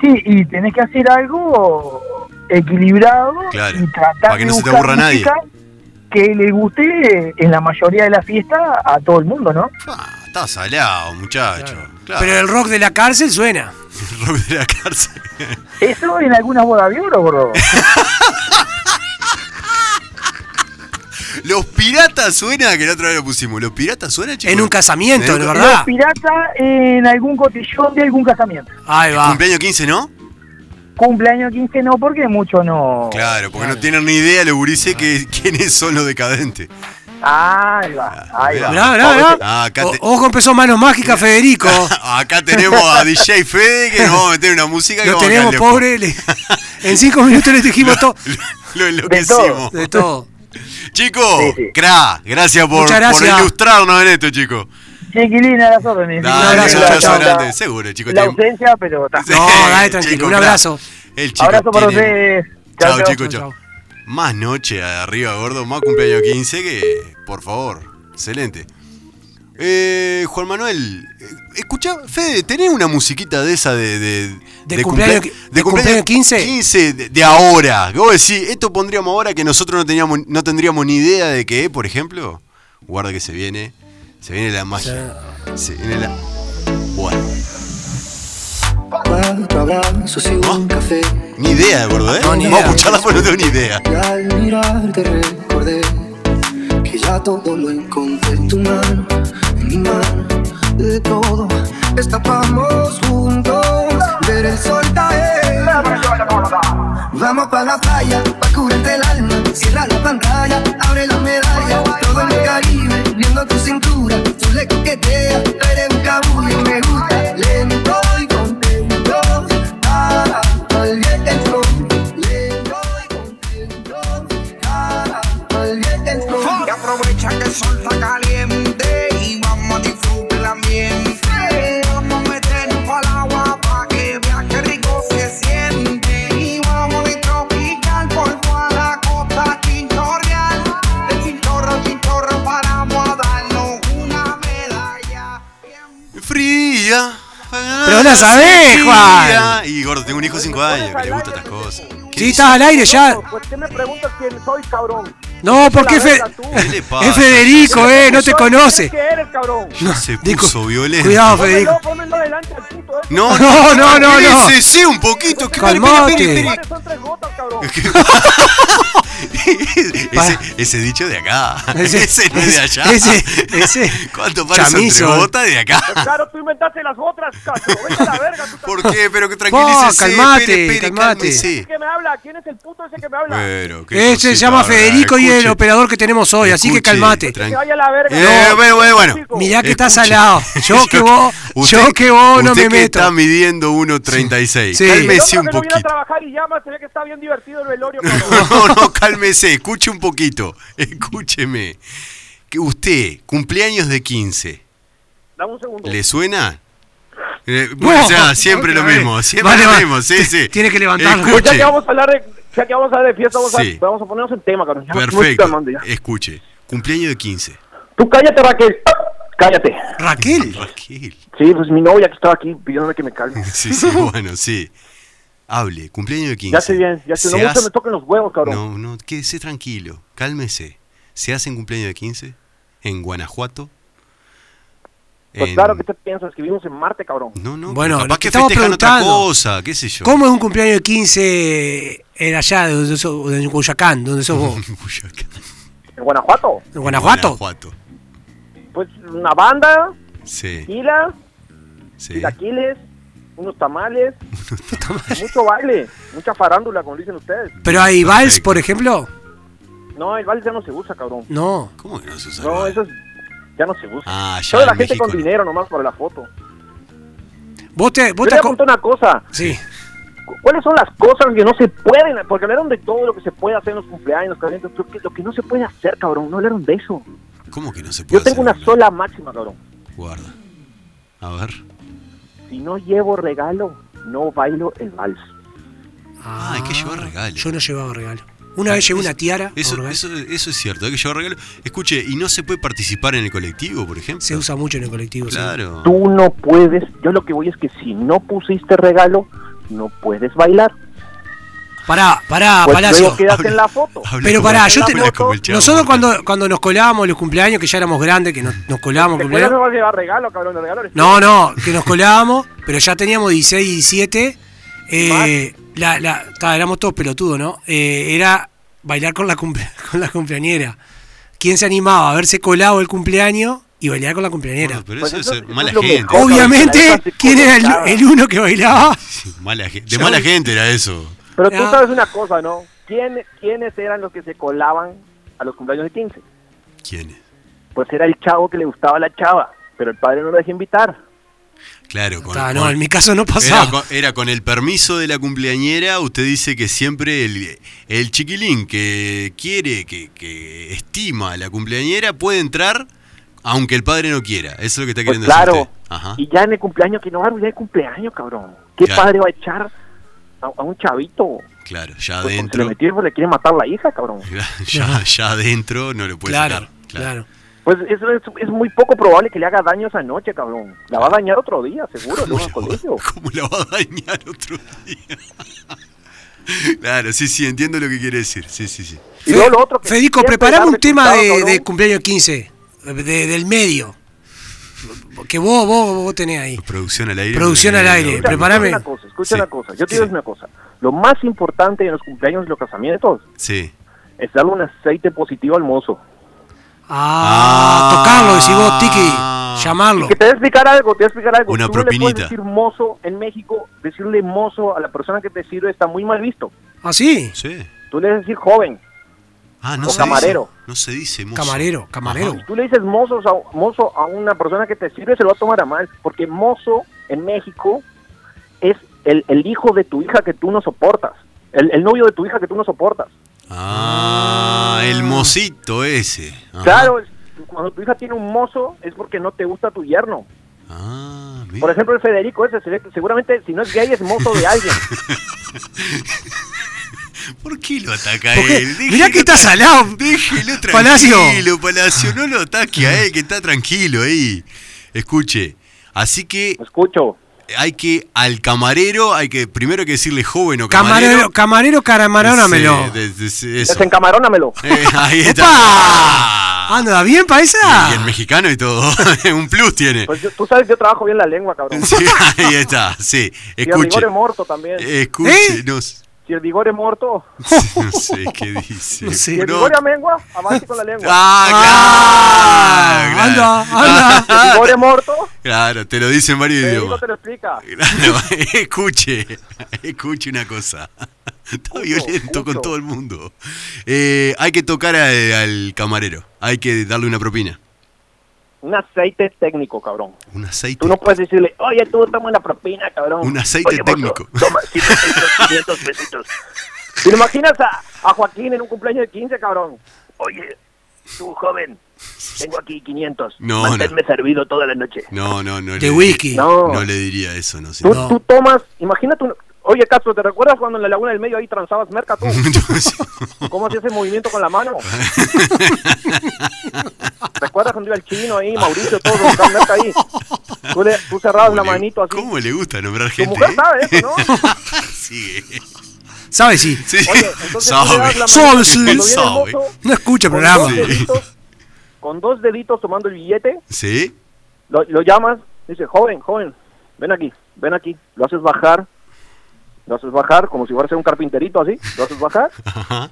[SPEAKER 7] Sí, y tenés que hacer algo equilibrado
[SPEAKER 4] Claro,
[SPEAKER 7] y
[SPEAKER 4] para
[SPEAKER 7] tratar
[SPEAKER 4] que
[SPEAKER 7] de
[SPEAKER 4] no se te
[SPEAKER 7] buscar
[SPEAKER 4] aburra nadie.
[SPEAKER 7] música que le guste en la mayoría de las fiestas a todo el mundo, ¿no?
[SPEAKER 4] Ah, está salado, muchacho. Claro.
[SPEAKER 5] Pero el rock de la cárcel suena.
[SPEAKER 4] el rock de la cárcel.
[SPEAKER 7] Eso en algunas bodas de oro, gordo.
[SPEAKER 4] Los piratas suena, que la otra vez lo pusimos. Los piratas suena, chicos.
[SPEAKER 5] En un casamiento,
[SPEAKER 4] En
[SPEAKER 5] de
[SPEAKER 4] un-
[SPEAKER 7] Los
[SPEAKER 5] verdad.
[SPEAKER 7] pirata en algún cotillón de algún casamiento.
[SPEAKER 5] Ahí va.
[SPEAKER 4] Cumpleaños 15, ¿no?
[SPEAKER 7] Cumpleaños 15 no, porque mucho no.
[SPEAKER 4] Claro, porque no tienen ni idea los gurises que, quiénes son los decadentes.
[SPEAKER 7] Ahí va, ahí va.
[SPEAKER 5] Mirá, mirá, mirá.
[SPEAKER 4] Ah, acá
[SPEAKER 5] O-
[SPEAKER 4] te-
[SPEAKER 5] Ojo, empezó Manos Mágicas, Federico.
[SPEAKER 4] Acá tenemos a DJ Fede que nos vamos a meter una música que
[SPEAKER 5] Lo
[SPEAKER 4] vamos a
[SPEAKER 5] tenemos
[SPEAKER 4] quedar locos.
[SPEAKER 5] pobre. le- en cinco minutos le dijimos todo.
[SPEAKER 4] Lo enloquecimos.
[SPEAKER 5] De todo.
[SPEAKER 4] Chicos,
[SPEAKER 7] Sí, sí.
[SPEAKER 4] cra, gracias por,
[SPEAKER 5] Muchas gracias.
[SPEAKER 4] por ilustrarnos en esto, chicos.
[SPEAKER 7] Chiquilín a las órdenes.
[SPEAKER 4] Dale,
[SPEAKER 5] abrazo,
[SPEAKER 4] un
[SPEAKER 5] chao, chao.
[SPEAKER 4] grande. Seguro, chicos.
[SPEAKER 7] La
[SPEAKER 4] te-
[SPEAKER 7] ausencia, pero está.
[SPEAKER 5] No, dale, tranquilo, un
[SPEAKER 4] cra.
[SPEAKER 5] abrazo.
[SPEAKER 4] El chico
[SPEAKER 7] Abrazo para
[SPEAKER 4] tiene-
[SPEAKER 7] ustedes.
[SPEAKER 4] Chao, chicos,
[SPEAKER 5] Chao,
[SPEAKER 4] chao. Más noche arriba, gordo. Más cumpleaños 15 que, por favor, excelente. Eh, Juan Manuel, eh, escuchá, Fede, ¿tenés una musiquita de esa de... de,
[SPEAKER 5] De cumpleaños
[SPEAKER 4] cumplea-
[SPEAKER 5] qui- de cumpleaños 15?
[SPEAKER 4] 15 de, de ahora. Que vos decís, esto pondríamos ahora que nosotros no, teníamos, no tendríamos ni idea de qué, por ejemplo. Guarda que se viene, se viene la magia. Se viene la... Bueno,
[SPEAKER 8] Pagar, pagar, socio un café.
[SPEAKER 4] ¿Ah? ni idea, gordo, ¿eh?
[SPEAKER 5] No,
[SPEAKER 4] Vamos
[SPEAKER 5] ni
[SPEAKER 4] a
[SPEAKER 5] idea.
[SPEAKER 4] escucharla porque no tengo ni idea.
[SPEAKER 8] Y al mirarte recordé que ya todo lo encontré. Tu mano, en mi mano, de todo escapamos juntos. Ver el sol caer. Vamos pa' la playa, pa' curarte el alma. Cierra la pantalla, abre la medalla. Todo en el Caribe, viendo tu cintura. Tú le coqueteas, tú eres un cabullo. Me gusta, lento y contento. Ah, al viento. Lento y contento. Ah, al viento.
[SPEAKER 9] Y aprovecha que el sol está caliente y vamos a disfrutar el ambiente. Vamos a meternos al agua para que veas qué rico se siente. Y vamos de tropical por toda la costa chinchorreal. De chinchorro a chinchorro paramos a darnos una medalla.
[SPEAKER 4] Fría.
[SPEAKER 5] Pero la sabés,
[SPEAKER 4] Fría.
[SPEAKER 5] Juan.
[SPEAKER 4] Y gordo, tengo un hijo de 5 años que le gustan estas cosas. ¿Qué
[SPEAKER 5] Sí,
[SPEAKER 4] dice?
[SPEAKER 5] estás al aire ya.
[SPEAKER 10] Pues qué me preguntas quién soy, cabrón.
[SPEAKER 5] No, porque
[SPEAKER 10] la
[SPEAKER 5] Fe-
[SPEAKER 10] verga, tú.
[SPEAKER 4] ¿Qué le pasa?
[SPEAKER 5] es Federico, eh, no te
[SPEAKER 10] Soy,
[SPEAKER 5] conoce.
[SPEAKER 10] ¿Qué eres, cabrón?
[SPEAKER 4] Ya se
[SPEAKER 5] Dico,
[SPEAKER 4] puso violento.
[SPEAKER 5] Cuidado, Federico.
[SPEAKER 10] Pónmelo, pónmelo adelante al puto, eh.
[SPEAKER 4] No,
[SPEAKER 5] No, no, no, no.
[SPEAKER 4] Sí, sí, un poquito. que-
[SPEAKER 5] Calmate.
[SPEAKER 4] espere, espere,
[SPEAKER 10] Son tres gotas, cabrón. Pues
[SPEAKER 4] espere. Ese, ese dicho de acá. Ese, no es de allá.
[SPEAKER 5] Ese, ese.
[SPEAKER 4] ¿Cuánto parece entre
[SPEAKER 5] chamizo, eh.
[SPEAKER 4] bota de acá?
[SPEAKER 10] Claro, tú inventaste las otras, cacho. Vete a la verga, tú.
[SPEAKER 4] ¿Por qué? Pero que tranquilícese.
[SPEAKER 5] calmate,
[SPEAKER 4] espere, espere,
[SPEAKER 5] calmate.
[SPEAKER 4] cálmese.
[SPEAKER 10] ¿Quién me habla? ¿Quién es el puto ese que me habla?
[SPEAKER 4] Bueno, qué
[SPEAKER 5] Ese se
[SPEAKER 4] cosita,
[SPEAKER 5] llama
[SPEAKER 4] ahora,
[SPEAKER 5] Federico y es el
[SPEAKER 4] escuche.
[SPEAKER 5] operador que tenemos hoy, así que
[SPEAKER 4] Escuche,
[SPEAKER 5] calmate.
[SPEAKER 10] Que
[SPEAKER 4] tranqui-
[SPEAKER 10] vaya a la verga.
[SPEAKER 4] Eh,
[SPEAKER 10] cabrón.
[SPEAKER 4] bueno, bueno, bueno.
[SPEAKER 10] Chico.
[SPEAKER 5] Mirá que está
[SPEAKER 4] Escuche.
[SPEAKER 5] salado. Yo que vos,
[SPEAKER 4] Usted-
[SPEAKER 5] yo que vos no
[SPEAKER 4] usted
[SPEAKER 5] me
[SPEAKER 4] que
[SPEAKER 5] meto.
[SPEAKER 4] está midiendo 1.36.
[SPEAKER 5] Sí.
[SPEAKER 10] El
[SPEAKER 4] Cálmese
[SPEAKER 10] otro que no
[SPEAKER 4] un
[SPEAKER 10] viene a
[SPEAKER 4] poquito.
[SPEAKER 10] trabajar y llama, se ve que está bien divertido el velorio, cabrón.
[SPEAKER 4] No, no, cálmese, escuche un poquito. Escúcheme. que usted, cumpleaños de 15,
[SPEAKER 7] Dame un segundo.
[SPEAKER 4] ¿le suena? Eh, bueno,
[SPEAKER 5] No,
[SPEAKER 4] o sea, siempre
[SPEAKER 5] otra
[SPEAKER 4] lo
[SPEAKER 5] vez.
[SPEAKER 4] mismo, siempre
[SPEAKER 5] Vale,
[SPEAKER 4] lo
[SPEAKER 5] va.
[SPEAKER 4] mismo, sí,
[SPEAKER 5] Te-
[SPEAKER 4] sí.
[SPEAKER 5] tiene que levantarlo.
[SPEAKER 7] Pues Ya
[SPEAKER 4] Escuche,
[SPEAKER 7] que vamos a hablar de, ya que vamos a hablar de fiesta, vamos,
[SPEAKER 4] Sí.
[SPEAKER 7] a, vamos a ponernos en tema, cabrón. Ya me estoy
[SPEAKER 4] perfecto. Eh,
[SPEAKER 7] calmando ya.
[SPEAKER 4] Escuche, cumpleaños de 15.
[SPEAKER 7] Tú cállate, Raquel. Cállate.
[SPEAKER 5] Raquel.
[SPEAKER 4] Raquel.
[SPEAKER 7] Sí, pues mi novia que estaba aquí pidiéndome que me calme.
[SPEAKER 4] Sí, sí, bueno, sí. Hable, cumpleaños de 15.
[SPEAKER 7] Ya sé bien, ya sé. No
[SPEAKER 4] Se
[SPEAKER 7] mucho
[SPEAKER 4] hace-
[SPEAKER 7] me toquen los huevos, cabrón.
[SPEAKER 4] No, no, quédese tranquilo, cálmese. Se hace en cumpleaños de 15 en Guanajuato.
[SPEAKER 7] Pues
[SPEAKER 4] en-
[SPEAKER 7] claro, ¿qué te piensas? Que vivimos en Marte, cabrón.
[SPEAKER 4] No, no,
[SPEAKER 5] Bueno,
[SPEAKER 4] bueno,
[SPEAKER 5] lo
[SPEAKER 4] capaz
[SPEAKER 5] que
[SPEAKER 4] que
[SPEAKER 5] estamos
[SPEAKER 4] festejan otra
[SPEAKER 5] preguntando,
[SPEAKER 4] cosa, qué sé yo.
[SPEAKER 5] ¿Cómo es un cumpleaños de 15 en allá, de donde sos, de Culiacán, donde sos vos?
[SPEAKER 4] Boyacá.
[SPEAKER 7] En Guanajuato.
[SPEAKER 5] ¿En Guanajuato?
[SPEAKER 4] Guanajuato.
[SPEAKER 7] Pues una banda,
[SPEAKER 4] Sí,
[SPEAKER 7] pila,
[SPEAKER 4] sí.
[SPEAKER 7] chilaquiles, unos tamales, mucho baile, mucha farándula, como dicen ustedes.
[SPEAKER 5] ¿Pero hay vals,
[SPEAKER 4] Perfecto.
[SPEAKER 5] por ejemplo?
[SPEAKER 7] No, el baile ya no se usa, cabrón.
[SPEAKER 5] No.
[SPEAKER 4] ¿Cómo que no se usa el
[SPEAKER 7] No,
[SPEAKER 4] bar?
[SPEAKER 7] eso es- ya no se usa.
[SPEAKER 4] Ah, ya
[SPEAKER 7] Solo la
[SPEAKER 4] en
[SPEAKER 7] gente
[SPEAKER 4] México
[SPEAKER 7] con
[SPEAKER 4] no.
[SPEAKER 7] dinero nomás para la foto.
[SPEAKER 5] ¿Vos te,
[SPEAKER 7] Yo
[SPEAKER 5] vos te
[SPEAKER 7] le
[SPEAKER 5] aco-
[SPEAKER 7] contar una cosa.
[SPEAKER 5] Sí.
[SPEAKER 7] ¿Cu- ¿Cuáles son las cosas que no se pueden? Porque hablaron de todo lo que se puede hacer en los cumpleaños, cabrón. Lo que, lo que no se puede hacer, cabrón. No hablaron de eso.
[SPEAKER 4] ¿Cómo que no se puede
[SPEAKER 7] Yo tengo
[SPEAKER 4] hacer
[SPEAKER 7] una
[SPEAKER 4] un-
[SPEAKER 7] sola máxima, cabrón.
[SPEAKER 4] Guarda. A ver.
[SPEAKER 7] Si no llevo regalo, no bailo el vals.
[SPEAKER 4] Ah, hay que llevar regalo.
[SPEAKER 5] Yo no llevaba regalo. Una vez llevé
[SPEAKER 4] Eso-
[SPEAKER 5] una tiara. a un
[SPEAKER 4] Ah, Eso,
[SPEAKER 5] regalo.
[SPEAKER 4] eso, eso es cierto, hay que llevar regalo. Escuche, ¿y no se puede participar en el colectivo, por ejemplo?
[SPEAKER 5] Se usa mucho en el colectivo. sí.
[SPEAKER 4] Claro.
[SPEAKER 7] Tú no puedes. Yo lo que voy es que si no pusiste regalo, no puedes bailar.
[SPEAKER 5] Pará, pará,
[SPEAKER 7] Pues
[SPEAKER 5] Ah, Palacio. Ah,
[SPEAKER 7] luego quédate en la foto.
[SPEAKER 4] Habla
[SPEAKER 5] Pero
[SPEAKER 4] como-
[SPEAKER 5] pará, yo te-
[SPEAKER 4] habla como el chavo,
[SPEAKER 5] nosotros
[SPEAKER 4] ¿verdad?
[SPEAKER 5] cuando, cuando nos colábamos los cumpleaños, que ya éramos grandes, que nos, nos colábamos los
[SPEAKER 7] Después no
[SPEAKER 5] cumpleaños.
[SPEAKER 7] vas a llevar regalo, cabrón. El regalo eres
[SPEAKER 5] No, no, que nos colábamos, pero ya teníamos 16, 17. Eh, la, la, ta, éramos todos pelotudos, ¿no? Eh, era bailar con la, cumple- con la cumpleañera. ¿Quién se animaba a haberse colado el cumpleaños y bailar con la cumpleañera?
[SPEAKER 4] Bueno, pero
[SPEAKER 7] Pues
[SPEAKER 4] eso
[SPEAKER 7] eso-
[SPEAKER 4] es
[SPEAKER 7] eso
[SPEAKER 4] mala
[SPEAKER 7] es lo
[SPEAKER 4] gente.
[SPEAKER 7] mejor.
[SPEAKER 5] Obviamente, ¿quién era el,
[SPEAKER 7] Claro.
[SPEAKER 5] el uno que bailaba?
[SPEAKER 4] Mala gen- de mala gente era eso.
[SPEAKER 7] Pero tú
[SPEAKER 5] Ya.
[SPEAKER 7] sabes una cosa, ¿no? ¿Quién, ¿Quiénes eran los que se colaban a los cumpleaños de 15?
[SPEAKER 4] ¿Quién es?
[SPEAKER 7] Pues era el chavo que le gustaba a la chava, pero el padre no lo dejó invitar.
[SPEAKER 4] Claro, con,
[SPEAKER 5] Ta, no,
[SPEAKER 4] con-
[SPEAKER 5] en mi caso no
[SPEAKER 4] era,
[SPEAKER 5] pasaba.
[SPEAKER 4] con, era con el permiso de la cumpleañera, usted dice que siempre el, el chiquilín que quiere, que, que estima a la cumpleañera, puede entrar aunque el padre no quiera. Eso es lo que está
[SPEAKER 7] Pues
[SPEAKER 4] queriendo decir
[SPEAKER 7] claro,
[SPEAKER 4] usted. Ajá.
[SPEAKER 7] y ya en el cumpleaños, que no va a arruinar el cumpleaños, cabrón. ¿Qué
[SPEAKER 4] Ya.
[SPEAKER 7] padre va a echar a, a un chavito?
[SPEAKER 4] Claro, ya
[SPEAKER 7] Pues cuando se le
[SPEAKER 4] adentro.
[SPEAKER 7] metió, pues, le quiere matar la hija, cabrón.
[SPEAKER 4] Ya, ya adentro no lo puede
[SPEAKER 5] Claro,
[SPEAKER 4] sacar.
[SPEAKER 5] claro.
[SPEAKER 7] Pues eso es, es muy poco probable que le haga daño esa noche, cabrón. La
[SPEAKER 4] Ah.
[SPEAKER 7] va a dañar otro día, seguro, luego en el colegio.
[SPEAKER 4] ¿Cómo la va a dañar otro día? claro, sí, sí, entiendo lo que quiere decir. Sí, sí, sí.
[SPEAKER 7] Y luego lo otro que
[SPEAKER 5] Federico,
[SPEAKER 7] siempre
[SPEAKER 5] preparame
[SPEAKER 7] da
[SPEAKER 5] un tema
[SPEAKER 7] resultado,
[SPEAKER 5] de,
[SPEAKER 7] cabrón.
[SPEAKER 5] de cumpleaños 15, de- del medio. Que vos, vos, vos tenés ahí.
[SPEAKER 4] Producción al aire.
[SPEAKER 5] Producción al aire,
[SPEAKER 7] Escucha,
[SPEAKER 5] prepárame.
[SPEAKER 7] Escucha una cosa, escucha
[SPEAKER 4] Sí.
[SPEAKER 7] una cosa. Yo te digo
[SPEAKER 4] Sí.
[SPEAKER 7] una cosa. Lo más importante en los cumpleaños y los casamientos
[SPEAKER 4] Sí.
[SPEAKER 7] es darle un aceite positivo al mozo.
[SPEAKER 5] Ah,
[SPEAKER 4] Ah.
[SPEAKER 5] tocarlo, decís vos, Tiki, llamarlo.
[SPEAKER 7] Que te voy a explicar algo, te voy a explicar algo.
[SPEAKER 4] Una
[SPEAKER 7] Tú no le puedes
[SPEAKER 4] propinita.
[SPEAKER 7] decir mozo en México, decirle mozo a la persona que te sirve está muy mal visto.
[SPEAKER 5] ¿Ah, sí?
[SPEAKER 4] Sí.
[SPEAKER 7] Tú le dices decir joven.
[SPEAKER 4] Ah, no
[SPEAKER 7] O
[SPEAKER 4] se
[SPEAKER 7] camarero.
[SPEAKER 4] dice. No se dice mozo.
[SPEAKER 5] Camarero, camarero.
[SPEAKER 7] Si tú le dices mozo a, mozo a una persona que te sirve, se lo va a tomar a mal. Porque mozo en México es el, el hijo de tu hija que tú no soportas. El, el novio de tu hija que tú no soportas.
[SPEAKER 4] Ah, el mocito ese. Ajá.
[SPEAKER 7] Claro, es- cuando tu hija tiene un mozo es porque no te gusta tu yerno.
[SPEAKER 4] Ah, mira.
[SPEAKER 7] Por ejemplo, el Federico ese se- seguramente si no es gay es mozo de alguien.
[SPEAKER 4] ¿Por qué lo ataca
[SPEAKER 5] Porque
[SPEAKER 4] él?
[SPEAKER 5] mirá que está salado.
[SPEAKER 4] Déjelo tranquilo,
[SPEAKER 5] Palacio.
[SPEAKER 4] Palacio. no lo ataque a él, que está tranquilo ahí. Escuche, así que
[SPEAKER 7] Escucho.
[SPEAKER 4] hay que, al camarero, hay que primero hay que decirle joven o
[SPEAKER 5] Camarero,
[SPEAKER 4] camarero.
[SPEAKER 5] camarero, caramaránamelo.
[SPEAKER 4] Sí, de- de- de- eso.
[SPEAKER 7] Desencamarónamelo.
[SPEAKER 4] Eh, ahí está. Ah.
[SPEAKER 5] ¡Opa! ¿Anda bien, paisa?
[SPEAKER 4] Y el mexicano y todo. Un plus tiene.
[SPEAKER 7] Ah. Pues yo- tú sabes que yo trabajo bien la lengua, cabrón.
[SPEAKER 4] Sí, ahí está, sí.
[SPEAKER 7] Si el
[SPEAKER 4] Escuche.
[SPEAKER 7] vigor es muerto también.
[SPEAKER 4] Escuche,
[SPEAKER 5] ¿Eh?
[SPEAKER 4] no, s-
[SPEAKER 7] Si el vigor es muerto.
[SPEAKER 4] no sé qué dice.
[SPEAKER 5] No sé.
[SPEAKER 7] Si el
[SPEAKER 4] Bro.
[SPEAKER 7] vigor es mengua, avance con la lengua.
[SPEAKER 4] Ah,
[SPEAKER 5] Ah,
[SPEAKER 4] claro,
[SPEAKER 5] anda, anda.
[SPEAKER 7] Si el vigor es muerto,
[SPEAKER 4] Claro, te lo dice en varios
[SPEAKER 7] Federico
[SPEAKER 4] idiomas.
[SPEAKER 7] te lo explica.
[SPEAKER 4] Claro, escuche, escuche una cosa. Está violento con
[SPEAKER 7] escucho.
[SPEAKER 4] todo el mundo. Eh, hay que tocar al, al camarero, hay que darle una propina.
[SPEAKER 7] Un aceite técnico, cabrón.
[SPEAKER 4] Un aceite.
[SPEAKER 7] Tú no puedes decirle, oye, tú toma la propina, cabrón.
[SPEAKER 4] Un aceite
[SPEAKER 7] Oye, mozo,
[SPEAKER 4] técnico.
[SPEAKER 7] Toma, 500 pesitos. ¿Te imaginas a, a Joaquín en un cumpleaños de 15, cabrón? Oye, tú, joven, Tengo aquí 500.
[SPEAKER 4] No,
[SPEAKER 7] Manténme servido toda la noche.
[SPEAKER 4] No, no, no.
[SPEAKER 5] De
[SPEAKER 4] le-
[SPEAKER 5] whisky.
[SPEAKER 4] No.
[SPEAKER 7] No.
[SPEAKER 4] le diría eso, no sé.
[SPEAKER 7] Tú, tú tomas, imagínate, un- oye Castro, ¿te recuerdas cuando en la Laguna del Medio ahí transabas merca tú? ¿Cómo hacías ese movimiento con la mano? ¿Recuerdas cuando iba el chino ahí, Mauricio, todos buscaban merca ahí? Tú, le- tú cerrabas
[SPEAKER 4] ¿Cómo
[SPEAKER 7] la
[SPEAKER 4] le-
[SPEAKER 7] manito así.
[SPEAKER 4] ¿Cómo le gusta nombrar
[SPEAKER 7] Tu
[SPEAKER 4] gente?
[SPEAKER 7] mujer
[SPEAKER 4] eh?
[SPEAKER 7] sabe eso, ¿no?
[SPEAKER 4] Sigue.
[SPEAKER 5] ¿Sabes? Sí.
[SPEAKER 4] Sí.
[SPEAKER 7] Oye, entonces tú le das
[SPEAKER 4] sabe.
[SPEAKER 5] Sabe,
[SPEAKER 7] la mano,
[SPEAKER 5] sí.
[SPEAKER 7] cuando viene el
[SPEAKER 4] Sabe.
[SPEAKER 7] mozo,
[SPEAKER 5] No escucha el
[SPEAKER 7] con
[SPEAKER 5] programa.
[SPEAKER 7] dos deditos- Con dos deditos tomando el billete,
[SPEAKER 4] ¿Sí?
[SPEAKER 7] lo, lo llamas, dice, joven, joven, ven aquí, ven aquí, lo haces bajar, lo haces bajar, como si fuera a ser un carpinterito así, lo haces bajar,
[SPEAKER 4] Ajá.